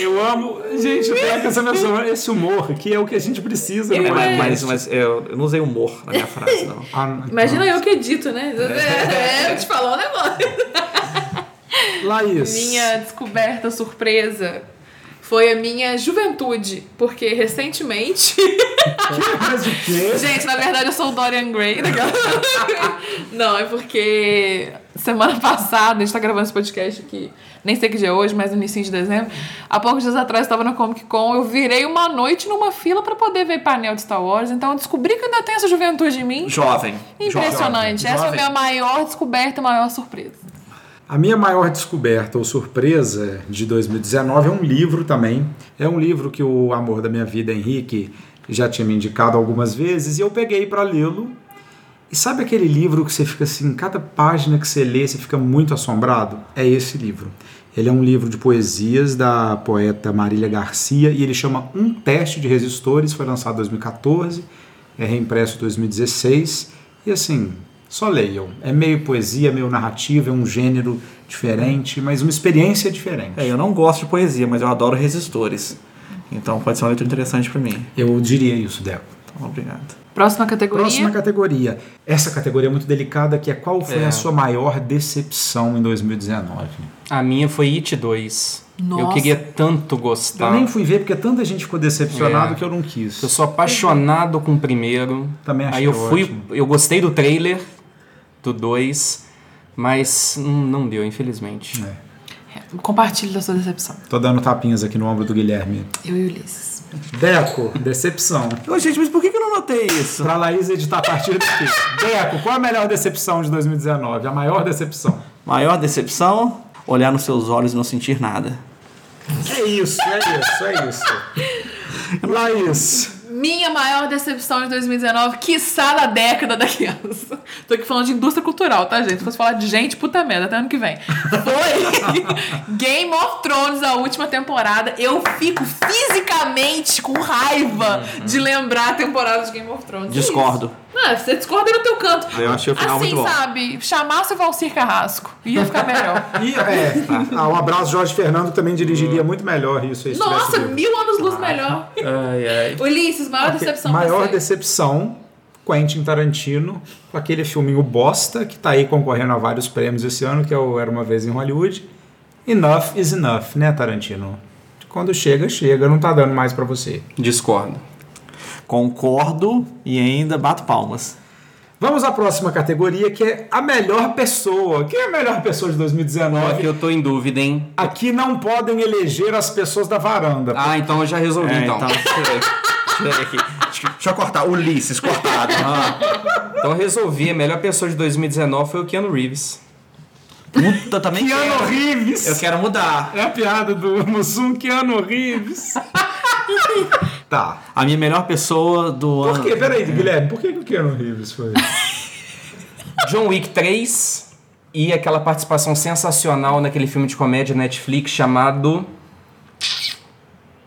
D: Eu amo. Gente, eu tenho essa noção, esse humor, que é o que a gente precisa.
A: Eu
D: né?
A: imagino.
B: Mas, mas eu eu não usei humor na minha frase, não.
D: Ah, então.
A: Imagina eu que edito, né? É, eu te falar um negócio.
D: Laís.
A: Minha descoberta surpresa foi a minha juventude, porque recentemente.
D: Mas o quê?
A: Gente, na verdade eu sou o Dorian Gray. daquela- Não, é porque semana passada, a gente tá gravando esse podcast aqui, nem sei que dia é hoje, mas no início de dezembro. Há poucos dias atrás eu tava no Comic Con, eu virei uma noite numa fila pra poder ver painel de Star Wars, então eu descobri que ainda tem essa juventude em mim.
B: Jovem.
A: Impressionante.
B: Jovem.
A: Essa foi a
B: Jovem.
A: minha maior descoberta, maior surpresa.
D: A minha maior descoberta ou surpresa de 2019 é um livro também. É um livro que o amor da minha vida, Henrique, já tinha me indicado algumas vezes e eu peguei para lê-lo. E sabe aquele livro que você fica assim, cada página que você lê, você fica muito assombrado? É esse livro. Ele é um livro de poesias da poeta Marília Garcia e ele chama Um Teste de Resistores, foi lançado em 2014, é reimpresso em 2016. E assim, só leiam. É meio poesia, meio narrativa, é um gênero diferente, mas uma experiência diferente.
B: É, eu não gosto de poesia, mas eu adoro resistores. Então pode ser uma leitura interessante pra mim.
D: Eu diria isso, Deco.
B: Então, obrigado.
A: Próxima categoria.
D: Próxima categoria. Essa categoria é muito delicada, que é qual foi
E: É.
D: a sua maior decepção em 2019?
E: A minha foi It 2. Eu
A: Nossa.
E: queria tanto
D: Eu
E: gostar.
D: nem fui ver porque tanta gente ficou decepcionada
E: É.
D: que eu não quis.
E: Eu sou apaixonado com o primeiro.
D: Também achei
E: Aí eu fui,
D: ótimo.
E: eu gostei do trailer do 2, mas hum, não deu, infelizmente.
A: Compartilhe da sua decepção.
D: Tô dando tapinhas aqui no ombro do Guilherme.
A: Eu e Ulisses.
D: Deco, decepção.
B: Ô, gente, mas por que que eu não notei isso?
D: Pra Laís editar a partir daqui. Deco, qual a melhor decepção de 2019? A maior decepção.
B: Maior decepção? Olhar nos seus olhos e não sentir nada.
D: É isso, é isso, é isso. Laís.
A: Minha maior decepção de 2019, quiçá da década da criança. Tô aqui falando de indústria cultural, tá, gente? Se fosse falar de gente, puta merda, até ano que vem. Foi Game of Thrones, a última temporada. Eu fico fisicamente com raiva de lembrar a temporada de Game of Thrones.
B: Uhum. Discordo.
A: Isso. Ah, você discorda no teu canto.
B: Eu achei o final
A: Assim,
B: muito bom.
A: sabe? Chamasse o Valcir Carrasco. Ia ficar melhor.
F: E,
D: É, ah, um abraço, Jorge Fernando também dirigiria muito melhor isso. aí se tivesse
A: Nossa,
D: vivo.
A: mil anos luz melhor.
E: Ai, ai.
A: Ulisses, maior decepção
D: Maior
A: você.
D: decepção, Quentin Tarantino, com aquele filminho bosta que tá aí concorrendo a vários prêmios esse ano, que é o Era Uma Vez em Hollywood. Enough is enough, né, Tarantino? Quando chega, chega, não tá dando mais pra você.
E: Discordo.
B: Concordo e ainda bato palmas.
D: Vamos à próxima categoria, que é a melhor pessoa. Quem é a melhor pessoa de
E: Só que
D: 2019?
E: eu tô em dúvida, hein?
D: Aqui não podem eleger as pessoas da varanda.
E: Ah, então eu já resolvi,
B: É,
E: então.
B: então, deixa eu ver. Deixa eu ver aqui. Ah, Deixa eu- Deixa eu cortar. Ulisses, cortado.
E: Então eu resolvi. A melhor pessoa de 2019 foi o Keanu Reeves.
B: Puta, então, também
D: Keanu
B: quero.
D: Reeves!
B: Eu quero mudar.
D: É a piada do Mussum, Keanu Reeves. tá.
B: A minha melhor pessoa do ano.
D: Por quê? Peraí, Guilherme, por que, que o Keanu Reeves foi?
E: John Wick 3 e aquela participação sensacional naquele filme de comédia Netflix chamado.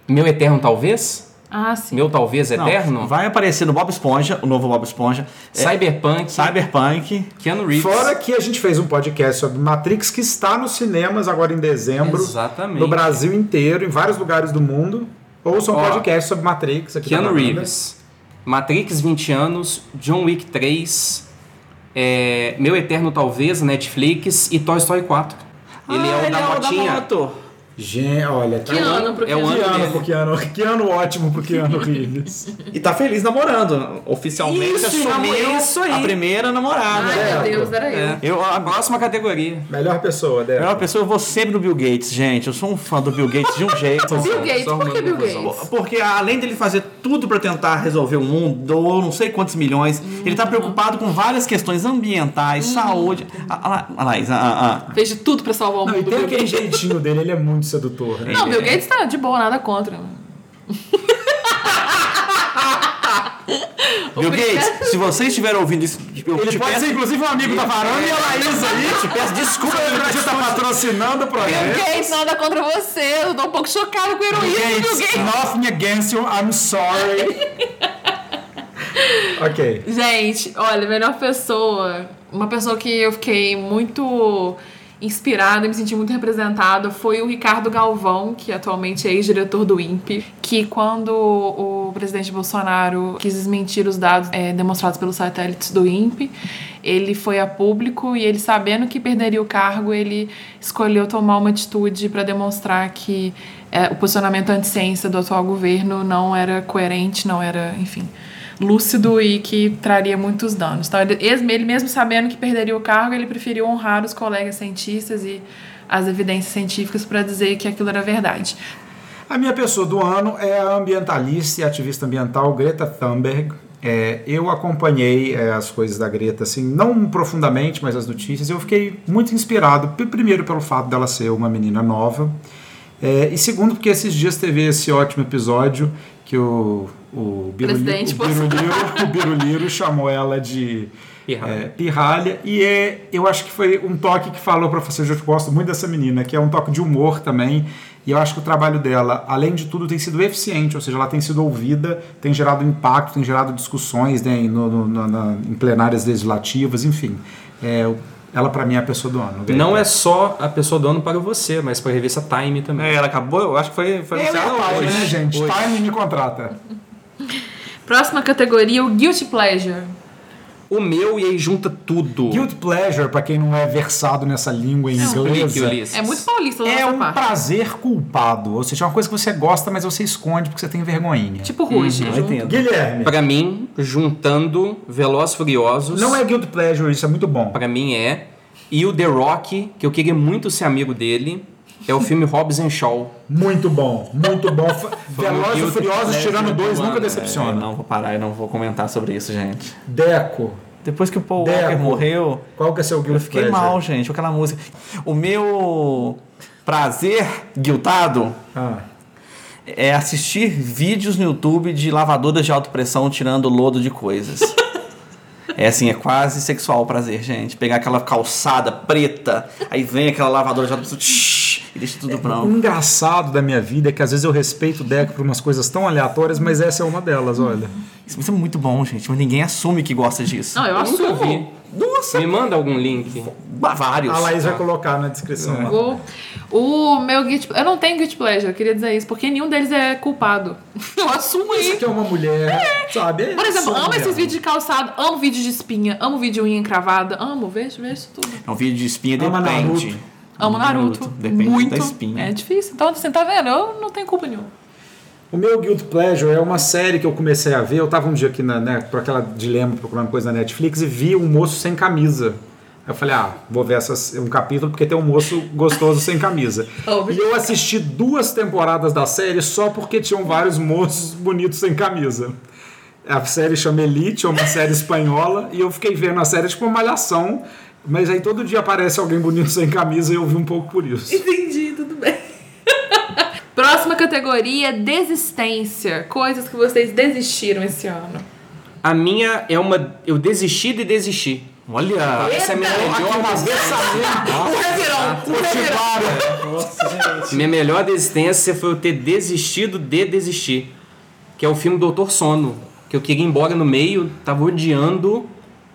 E: Meu Eterno Talvez?
A: Ah, sim.
E: Meu Talvez
B: Não,
E: Eterno?
B: Vai aparecer no Bob Esponja, o novo Bob Esponja. É,
E: Cyberpunk,
B: Cyberpunk.
E: Keanu Reeves.
D: Fora que a gente fez um podcast sobre Matrix que está nos cinemas agora em dezembro.
E: Exatamente.
D: No Brasil inteiro, em vários lugares do mundo. Ouçam um
E: Ó,
D: podcast sobre Matrix aqui tá da
E: Keanu
D: varanda.
E: é Reeves. Matrix 20 anos, John Wick 3, é, Meu Eterno Talvez, Netflix e Toy Story 4. Ele
B: Ah,
E: é o da motinha.
B: moto.
D: Gente, olha, tá
A: Que um ano pro
E: é o
A: Keanu.
E: ano
D: Keanu
E: dele.
D: pro Keanu, Keanu ótimo pro Keanu Reeves.
B: E tá feliz namorando. Oficialmente
E: Isso,
B: assumiu
E: namorou isso aí.
B: a primeira namorada.
A: Ai,
D: Ah,
A: meu Deus, era eu.
E: É.
B: Eu, a
E: Próxima categoria.
D: Melhor pessoa,
B: a melhor
D: Débora.
B: pessoa, eu vou sempre no Bill Gates, gente. Eu sou um fã do Bill Gates de um jeito.
A: Bill Gates,
E: só
A: por que
E: arrumando
A: Bill
E: confusão.
A: Gates?
B: Porque além dele fazer tudo pra tentar resolver o mundo, ou não sei quantos milhões, ele
D: Uhum.
B: tá preocupado com várias questões ambientais, saúde. A, a, a Laís, ah, a- a- a-
A: Fez de tudo pra salvar o
D: Não, e
A: mundo.
D: tem
A: Bill
D: aquele
A: Gates.
D: jeitinho dele, ele é muito sedutor, né?
A: Não, Bill Gates tá de boa, nada contra.
B: ah. Bill Gates, se você estiver ouvindo isso, eu
D: Ele
B: te
D: pode
B: peço,
D: ser, inclusive, um amigo da varanda e a Laís aí.
B: te peço desculpa.
D: Você tá patrocinando o
A: Bill
D: projeto.
A: Gates, nada contra você. Eu tô um pouco chocado com o heroísmo do Bill Gates.
D: nothing against you, I'm sorry. ok.
A: Gente, olha, melhor pessoa. Uma pessoa que eu fiquei muito inspirada, me senti muito representada, foi o Ricardo Galvão, que atualmente é ex-diretor do INPE, que quando o presidente Bolsonaro quis desmentir os dados eh, demonstrados pelos satélites do INPE, ele foi a público e ele sabendo que perderia o cargo, ele escolheu tomar uma atitude para demonstrar que eh, o posicionamento anti-ciência do atual governo não era coerente, não era, enfim, lúcido e que traria muitos danos. Então, ele, ele mesmo sabendo que perderia o cargo, ele preferiu honrar os colegas cientistas e as evidências científicas para dizer que aquilo era verdade.
D: A minha pessoa do ano é a ambientalista e ativista ambiental Greta Thunberg. É, eu acompanhei é, as coisas da Greta, assim, não profundamente, mas as notícias. Eu fiquei muito inspirado, p- primeiro pelo fato dela ser uma menina nova, é, e segundo porque esses dias teve esse ótimo episódio que o, o, Biruli-
A: Presidente
D: o Biruliro, o Biruliro chamou ela de
E: Pirralha.
D: é, pirralha. E é, eu acho que foi um toque que falou pra você, eu gosto muito dessa menina, que é um toque de humor também. E eu acho que o trabalho dela, além de tudo, tem sido eficiente, ou seja, ela tem sido ouvida, tem gerado impacto, tem gerado discussões né, no- no- no- na- em plenárias legislativas, enfim. É, eu- ela, pra mim, é a pessoa do ano.
E: Não é só a pessoa do ano para você, mas para a revista Time também.
B: É, ela acabou, eu acho que foi, foi
D: Ela é
B: anunciada
D: Paula,
B: hoje.
D: né, gente?
B: Hoje.
D: Time me contrata.
A: Próxima categoria, o Guilty Pleasure.
E: O meu e aí junta tudo.
D: Guilt Pleasure, pra quem não é versado nessa língua
E: Explique,
D: inglesa,
E: Ulisses.
A: É muito paulista da
D: é
A: nossa
D: um
A: parte.
D: prazer culpado. Ou seja, é uma coisa que você gosta, mas você esconde porque você tem vergonhinha.
A: Tipo Ruge.
B: Eu
A: junto.
B: entendo.
D: Guilherme,
E: Pra mim, juntando Velozes e Furiosos.
D: não é Guild Pleasure, isso é muito bom.
E: Pra mim é. E o The Rock, que eu queria muito ser amigo dele, é o filme Hobbs and Shaw.
D: Muito bom, muito bom. Fa- Velozes e
E: Guilty
D: Furiosos
E: Pleasure
D: tirando
E: do
D: dois
E: ano,
D: nunca
E: né?
B: Eu
D: decepciona.
B: É, não vou parar e não vou comentar sobre isso, gente.
D: Deco,
B: Depois que o Paul
D: Deco.
B: Walker morreu,
D: qual que é seu
B: eu
D: Guild
B: fiquei
D: Pleasure?
B: mal, gente, com aquela música. O meu prazer guiltado
D: Ah,
B: é assistir vídeos no YouTube de lavadoras de alta pressão tirando lodo de coisas. É assim, é quase sexual o prazer, gente. Pegar aquela calçada preta, aí vem aquela lavadora de alta pressão, tsh, e deixa tudo branco.
D: O engraçado da minha vida é que às vezes eu respeito o Deco por umas coisas tão aleatórias, mas essa é uma delas, olha.
B: Isso é muito bom, gente, mas ninguém assume que gosta disso.
A: Não, eu
E: Eu nunca
A: assumo.
E: vi.
B: Nossa,
E: Me manda algum link.
B: bah, vários.
D: A Laís vai colocar na descrição. lá.
A: O, o meu guilty, eu não tenho guilty pleasure, eu queria dizer isso, porque nenhum deles é culpado. Eu assumo
D: Isso
A: isso.
D: aqui é uma mulher, sabe? É
A: Por exemplo,
D: só
A: amo
D: mulher.
A: esses vídeos de calçado, amo vídeo de espinha, amo vídeo de unha encravada, amo, vejo, vejo tudo.
B: É um vídeo de espinha,
D: Ama
B: depende.
D: Naruto.
A: Amo Naruto,
B: tipo, Depende
A: muito.
B: da espinha.
A: É difícil. Então, assim, tá vendo? Eu não tenho culpa nenhuma.
D: O meu Guild Pleasure é uma série que eu comecei a ver. Eu tava um dia aqui na, né, por aquela dilema procurando coisa na Netflix e vi um moço sem camisa. Aí Eu falei, ah, vou ver essas, um capítulo porque tem um moço gostoso sem camisa.
A: Oh,
D: e eu assisti duas temporadas da série só porque tinham vários moços bonitos sem camisa. A série chama Elite, é uma série espanhola, e eu fiquei vendo a série tipo uma malhação, mas aí todo dia aparece alguém bonito sem camisa e eu vi um pouco por isso.
A: Entendi, tudo bem. Próxima categoria, desistência. Coisas que vocês desistiram esse ano.
E: A minha é uma. Eu desisti de desistir.
B: Olha,
E: Essa é a minha
A: O
E: melhor
A: Um
B: Ah,
A: Reverão, o Reverão.
E: Minha melhor desistência foi eu ter desistido de desistir. Que é o filme Doutor Sono. Que eu queria ir embora no meio, tava odiando,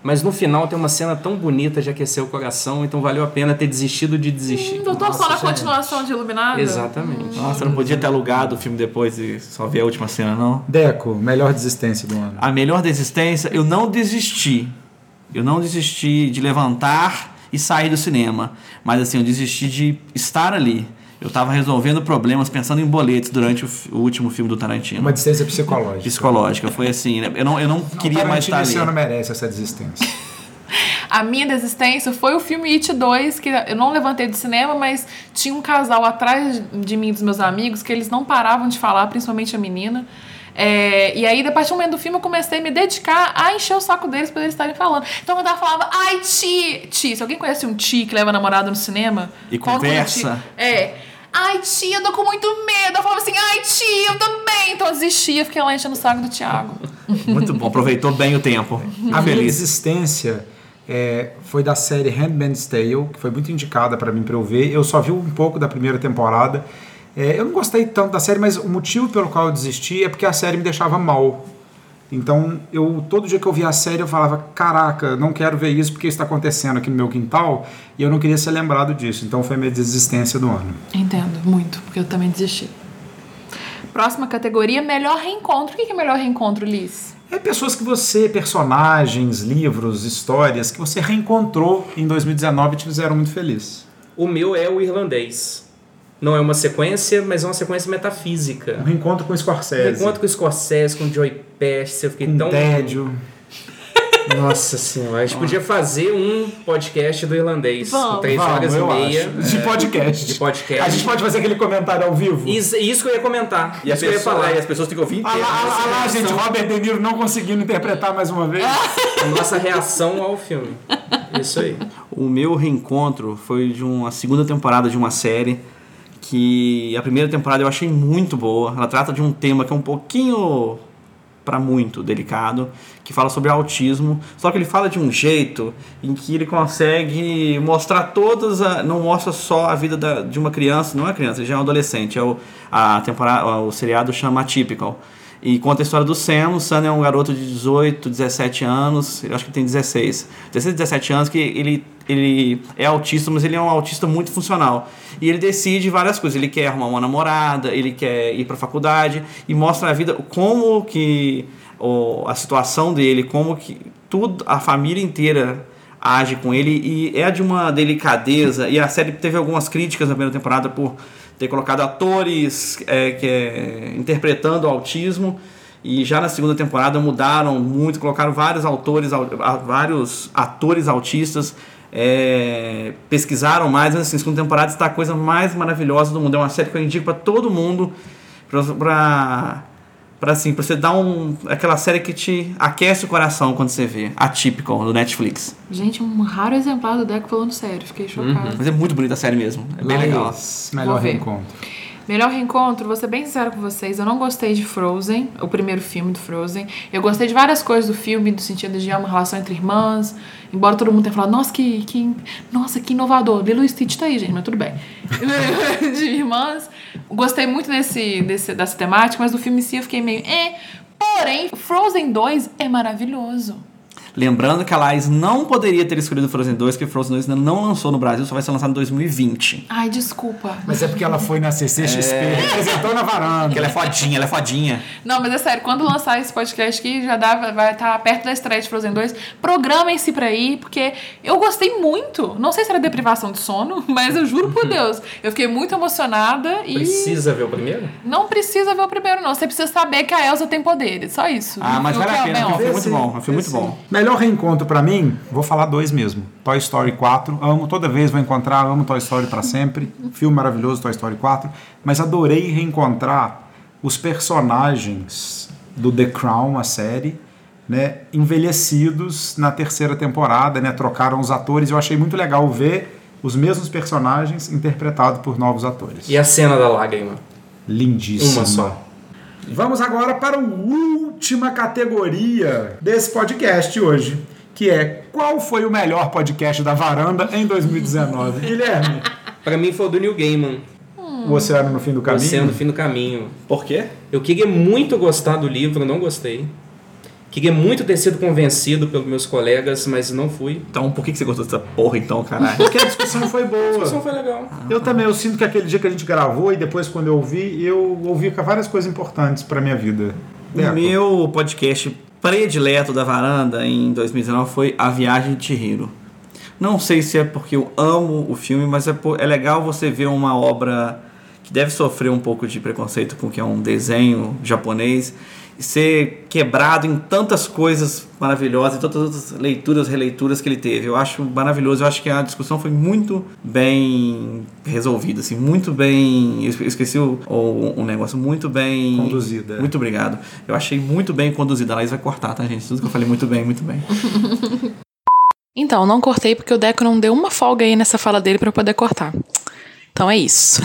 E: mas no final tem uma cena tão bonita de aquecer o coração, então valeu a pena ter desistido de desistir.
A: Hum, Doutor Sol na continuação de Iluminado?
E: Exatamente.
B: nossa, eu não podia ter alugado o filme depois e só ver a última cena, não.
D: Deco, melhor desistência do ano.
B: A melhor desistência, eu não desisti. Eu não desisti de levantar e sair do cinema. Mas assim, eu desisti de estar ali. Eu tava resolvendo problemas, pensando em boletos durante o, fi- o último filme do Tarantino.
D: Uma desistência psicológica.
B: Psicológica, foi assim, né? Eu não, eu não queria mais estar
D: Tarantino
B: ali.
D: esse ano merece essa desistência.
A: A minha desistência foi o filme It 2, que eu não levantei do cinema, mas tinha um casal atrás de mim, e dos meus amigos, que eles não paravam de falar, principalmente a menina. É, e aí, a partir do momento do filme, eu comecei a me dedicar a encher o saco deles pra eles estarem falando. Então eu andava e falava, ai, Ti! Ti, se alguém conhece um Ti que leva namorado no cinema...
B: E
A: qual o nome do Ti?
B: conversa.
A: É. Ai, Ti, eu tô com muito medo. Eu falava assim, ai, Ti, eu também. Então eu desistia, fiquei lá enchendo o saco do Thiago.
B: Muito bom, aproveitou bem o tempo.
D: A minha
B: Feliz.
D: desistência Ah, é, foi da série Handmaid's Tale, que foi muito indicada pra mim pra eu ver. Eu só vi um pouco da primeira temporada. É, eu não gostei tanto da série, mas o motivo pelo qual eu desisti é porque a série me deixava mal. Então, eu todo dia que eu via a série, eu falava: Caraca, não quero ver isso porque isso está acontecendo aqui no meu quintal e eu não queria ser lembrado disso. Então, foi a minha desistência do ano.
A: Entendo, muito, porque eu também desisti. Próxima categoria, melhor reencontro. O que que é melhor reencontro, Liz?
D: É pessoas que você, personagens, livros, histórias, que você reencontrou em 2019 e te fizeram muito feliz.
E: O meu é o irlandês. Não é uma sequência, mas é uma sequência metafísica.
D: Um reencontro com
E: Eu
D: Scorsese.
E: encontro com o Scorsese, com Um o Joy Pest, eu fiquei
D: com
E: tão. Ah.
D: tédio.
E: Nossa senhora, a gente podia fazer um podcast do irlandês.
A: Vamos.
E: com três
D: Vamos,
E: horas e
D: eu
E: meia. é,
D: acho. De podcast.
E: De podcast.
D: A gente pode fazer aquele comentário ao vivo?
E: Isso, isso que eu ia comentar.
B: E as
E: isso que eu ia falar.
B: pessoas- e as pessoas têm que ouvir
D: Ah
B: inteiro.
D: lá, ah lá, ah lá, gente, Robert De Niro não conseguindo interpretar mais uma vez.
E: A nossa reação ao filme. Isso aí.
B: O meu reencontro foi de uma segunda temporada de uma série que a primeira temporada eu achei muito boa. Ela trata de um tema que é um pouquinho pra muito delicado, que fala sobre autismo, só que ele fala de um jeito em que ele consegue mostrar todas, a- não mostra só a vida da- de uma criança, não é criança, ele já é um adolescente, é o, a temporada, o seriado chama Atypical. E conta a história do Sam. O Sam é um garoto de 18, 17 anos. Eu acho que ele tem 16. 16, 17 anos que ele, ele é autista, mas ele é um autista muito funcional. E ele decide várias coisas. Ele quer arrumar uma namorada, ele quer ir pra faculdade e mostra a vida como que o- a situação dele, como que tudo a família inteira age com ele e é de uma delicadeza. E a série teve algumas críticas na primeira temporada por ter colocado atores é, que é, interpretando o autismo. E já na segunda temporada mudaram muito, colocaram vários autores, au- a- vários atores autistas, é, pesquisaram mais. Mas, assim, a segunda temporada está a coisa mais maravilhosa do mundo. É uma série que eu indico para todo mundo, para Pra assim, pra você dar um. aquela série que te aquece o coração quando você vê. Atypical, no Netflix.
A: Gente, um raro
B: Uhum.
A: exemplar do Deco falando sério, fiquei chocada.
B: Mas é muito bonita a série mesmo. É bem legal.
D: Laís, Melhor
A: Vou ver.
D: reencontro.
A: Melhor reencontro, vou ser bem sincero com vocês, eu não gostei de Frozen, o primeiro filme do Frozen. Eu gostei de várias coisas do filme, do sentido de é uma relação entre irmãs, embora todo mundo tenha falado, nossa, que, que, nossa, que inovador. Lilo e Stitch tá aí, gente, mas tudo bem. de irmãs. Gostei muito desse, desse, dessa temática, mas do filme em si eu fiquei meio, eh. Porém, Frozen 2 é maravilhoso.
B: Lembrando que a Lais não poderia ter escolhido Frozen 2, porque Frozen 2 ainda não lançou no Brasil, só vai ser lançado em 2020.
A: Ai, desculpa.
D: Mas é porque ela foi na CCXP,
E: É.
D: apresentou na varanda.
B: Porque ela é fodinha, ela é fodinha.
A: Não, mas é sério, quando lançar esse podcast aqui, já dá, vai estar perto da estreia de Frozen 2. Programem-se pra ir, porque eu gostei muito. Não sei se era deprivação de sono, mas eu juro por Deus. Eu fiquei muito emocionada e.
E: Precisa ver o primeiro?
A: Não precisa ver o primeiro, não. Você precisa saber que a Elsa tem poderes. Só isso. é
B: Ah, mas
A: Não
B: vale a
A: quer
B: pena,
A: bem
B: porque
A: óbvio.
B: Foi muito bom, foi muito bom.
D: Melhor reencontro pra mim, vou falar dois mesmo. Toy Story 4, amo, toda vez vou encontrar, amo Toy Story pra sempre. Filme maravilhoso, Toy Story 4. Mas adorei reencontrar os personagens do The Crown, a série, né, envelhecidos na terceira temporada, né, trocaram os atores. Eu achei muito legal ver os mesmos personagens interpretados por novos atores.
E: E a cena da lágrima?
D: Lindíssimo.
E: Uma só.
D: Vamos agora para a última categoria desse podcast hoje, que é qual foi o melhor podcast da varanda em 2019? Guilherme,
E: Pra mim foi o do New Gaiman,
D: o Oceano no Fim do Caminho.
E: Oceano Fim do Caminho.
B: Por quê?
E: Eu queria muito gostar do livro, não gostei. Queria muito ter sido convencido pelos meus colegas, mas não fui.
B: Então, por que que você gostou dessa porra então, caralho?
D: Porque a discussão foi boa.
E: A discussão foi legal.
D: Eu também, eu sinto que aquele dia que a gente gravou e depois quando eu ouvi, eu ouvi várias coisas importantes para minha vida. É, Né?
B: O meu podcast predileto da varanda em 2019 foi A Viagem de Chihiro. Não sei se é porque eu amo o filme, mas é, po- é legal você ver uma obra que deve sofrer um pouco de preconceito porque é um desenho japonês e ser quebrado em tantas coisas maravilhosas, em tantas outras leituras, releituras que ele teve. Eu acho maravilhoso, eu acho que a discussão foi muito bem resolvida, assim, muito bem, eu esqueci o, o- um negócio muito bem
D: Conduzida.
B: muito obrigado. Eu achei muito bem conduzida. A Laís vai cortar, tá, gente? Tudo que eu falei, muito bem, muito bem.
A: Então, não cortei porque o Deco não deu uma folga aí nessa fala dele pra eu poder cortar. Então é isso.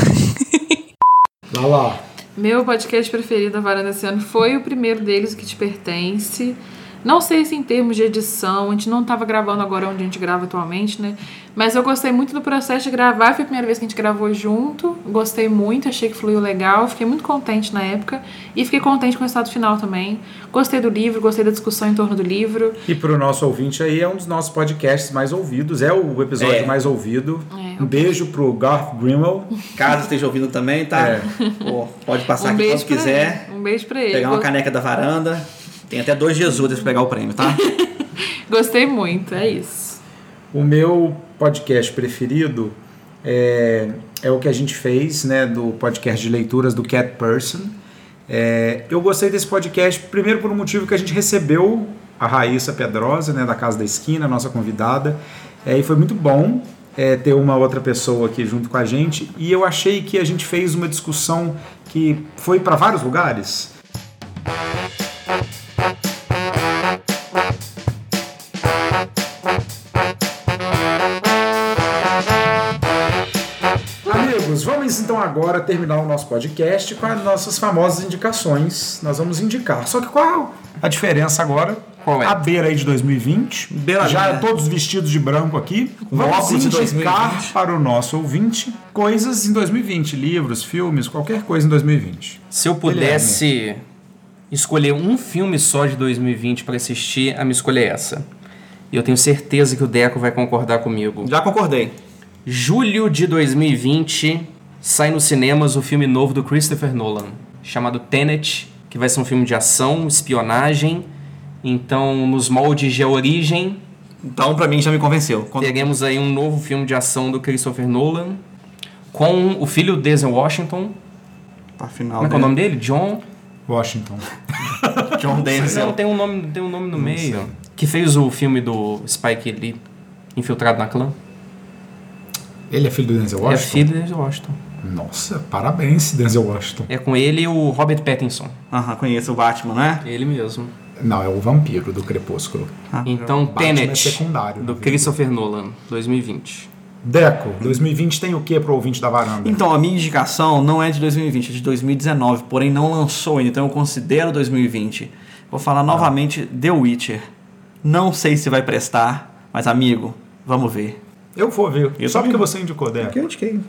D: Lá lá.
A: Meu podcast preferido da Varanda esse ano foi o primeiro deles, o que te pertence. Não sei se em termos de edição, a gente não tava gravando agora onde a gente grava atualmente, né? Mas eu gostei muito do processo de gravar, foi a primeira vez que a gente gravou junto. Gostei muito, achei que fluiu legal, fiquei muito contente na época e fiquei contente com o resultado final também. Gostei do livro, gostei da discussão em torno do livro.
D: E para o nosso ouvinte aí, é um dos nossos podcasts mais ouvidos, é o episódio
B: É.
D: mais ouvido.
A: É.
D: Um beijo pro Garth Grimmel.
B: Caso esteja ouvindo também, tá?
D: É.
B: Pô, pode
A: um
B: passar aqui
A: beijo
B: quando
A: pra
B: quiser.
A: ele. Um beijo pra ele.
B: Pegar uma
A: Go-
B: caneca da varanda. Tem até dois dias úteis pra pegar o prêmio, tá?
A: Gostei muito, é isso.
D: O meu podcast preferido é, é o que a gente fez, né, do podcast de leituras do Cat Person. É, eu gostei desse podcast primeiro por um motivo que a gente recebeu a Raíssa Pedrosa, né, da Casa da Esquina, nossa convidada, É, e foi muito bom é, ter uma outra pessoa aqui junto com a gente. E eu achei que a gente fez uma discussão que foi para vários lugares. Amigos, vamos então agora terminar o nosso podcast com as nossas famosas indicações. Nós vamos indicar. Só que qual a diferença agora?
E: Qual é?
D: A beira aí de 2020.
B: Beira
D: Já
B: beira.
D: todos vestidos de branco aqui. Vamos
B: óculos de
D: indicar
B: 2020.
D: para o nosso ouvinte coisas em 2020. Livros, filmes, qualquer coisa em 2020.
E: Se eu pudesse escolher um filme só de 2020 pra assistir, a minha escolha é essa. E eu tenho certeza que o Deco vai concordar comigo.
B: Já concordei.
E: Julho de 2020 sai nos cinemas o filme novo do Christopher Nolan, chamado Tenet, que vai ser um filme de ação, espionagem. Então, nos moldes de A Origem,
B: Então, pra mim, já me convenceu. Quando-
E: teremos aí um novo filme de ação do Christopher Nolan com o filho do Denzel Washington.
B: Tá final.
E: Como é que é o nome dele? John?
D: Washington.
B: dele? John
E: Não,
B: Denzel.
E: tem um nome, tem um nome no meio. Que fez o filme do Spike Lee, Infiltrado na Clã.
D: Ele é filho do Denzel
E: É filho do Denzel Washington.
D: Nossa, parabéns, Denzel Washington.
E: É com ele e o Robert Pattinson.
B: Aham, conheço o Batman, né?
E: Ele mesmo.
D: Não, é o vampiro do Crepúsculo.
E: Então,
D: Batman é
E: Tenet,
D: secundário,
E: do
D: né?
E: Christopher Nolan, 2020.
D: Deco, 2020 tem o que pro ouvinte da varanda?
B: Então, a minha indicação não é de 2020, é de 2019, porém não lançou ainda, então eu considero 2020. Vou falar novamente The Witcher. Não sei se vai prestar, mas amigo, vamos ver.
D: eu vou ver.
B: Eu
D: Só
B: também
D: porque
B: vou.
D: você indicou, Deco.
B: eu indiquei.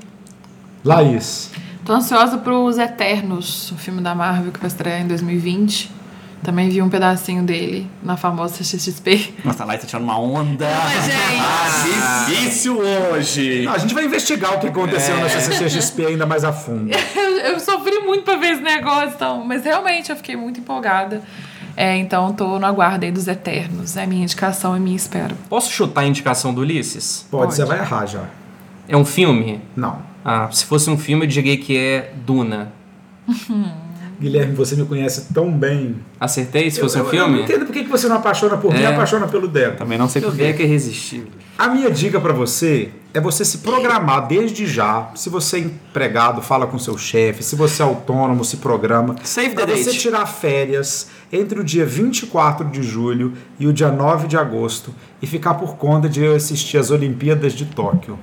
D: Laís.
A: Tô ansiosa pros Eternos, o filme da Marvel que vai estrear em 2020. Também vi um pedacinho dele na famosa XXP.
B: Nossa, lá está tirando uma onda.
A: é
G: Difícil hoje.
D: a gente vai investigar o que aconteceu na CCXP ainda mais a fundo.
A: Eu, eu sofri muito pra ver esse negócio, então, mas realmente eu fiquei muito empolgada. É, então tô no aguardo aí dos Eternos. É a minha indicação e minha espera.
E: Posso chutar a indicação do Ulisses?
D: Pode, você vai errar já.
E: É um filme?
D: Não.
E: Ah, se fosse um filme, eu diria que é Duna.
D: Guilherme, você me conhece tão bem.
E: Acertei? Se fosse
D: eu,
E: um
D: eu- Eu não
E: filme?
D: entendo por que que você não apaixona por mim e
E: É.
D: apaixona pelo Deco.
B: Também não sei
E: Eu
B: porquê.
E: é que é irresistível.
D: A minha dica pra você é você se programar desde já. Se você é empregado, fala com seu chefe. Se você é autônomo, se programa.
B: Save the
D: Pra você
B: date.
D: tirar férias entre o dia 24 de julho e o dia 9 de agosto e ficar por conta de eu assistir as Olimpíadas de Tóquio.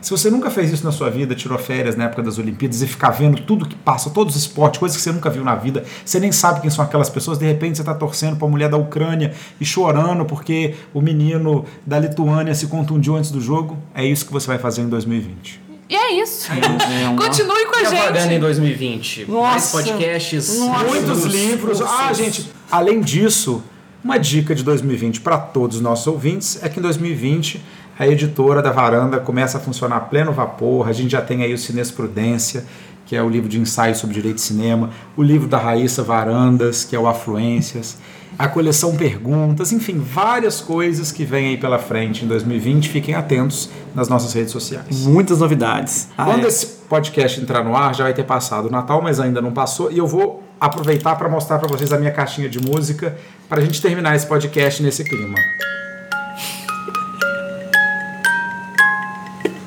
D: Se você nunca fez isso na sua vida, tirou férias na época das Olimpíadas e ficar vendo tudo que passa, todos os esportes, coisas que você nunca viu na vida, você nem sabe quem são aquelas pessoas, de repente você está torcendo para a mulher da Ucrânia e chorando porque o menino da Lituânia se contundiu antes do jogo, é isso que você vai fazer em 2020.
A: E é isso.
E: É uma-
A: Continue com a
G: E a varanda em
A: gente.
G: 2020. Mais
B: Nossa.
G: podcasts.
D: Muitos livros. Ah, gente, além disso, uma dica de 2020 para todos os nossos ouvintes é que em 2020 a editora da Varanda começa a funcionar a pleno vapor. A gente já tem aí o Cinesprudência, que é o livro de ensaio sobre direito de cinema, o livro da Raíssa Varandas, que é o Afluências, a coleção Perguntas, enfim, várias coisas que vêm aí pela frente em 2020. Fiquem atentos nas nossas redes sociais.
B: Muitas novidades. Ah,
D: Quando
B: é.
D: esse podcast entrar no ar, já vai ter passado o Natal, mas ainda não passou. E eu vou aproveitar para mostrar para vocês a minha caixinha de música para a gente terminar esse podcast nesse clima.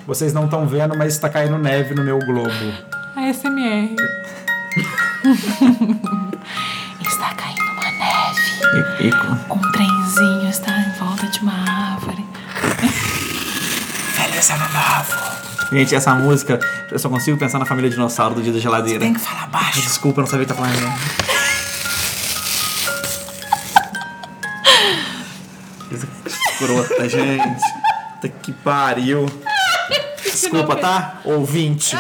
D: Vocês não estão vendo, mas está caindo neve no meu globo.
A: A SMR. Está caindo uma neve.
B: E- e-
A: Um trenzinho está em volta de uma árvore.
B: Gente, essa música, eu só consigo pensar na família dinossauro do dia da geladeira. tem que falar baixo. Desculpa, eu não sabia o que tá falando. Coisa Escrota, gente. Puta que pariu. Desculpa, tá? Ouvinte.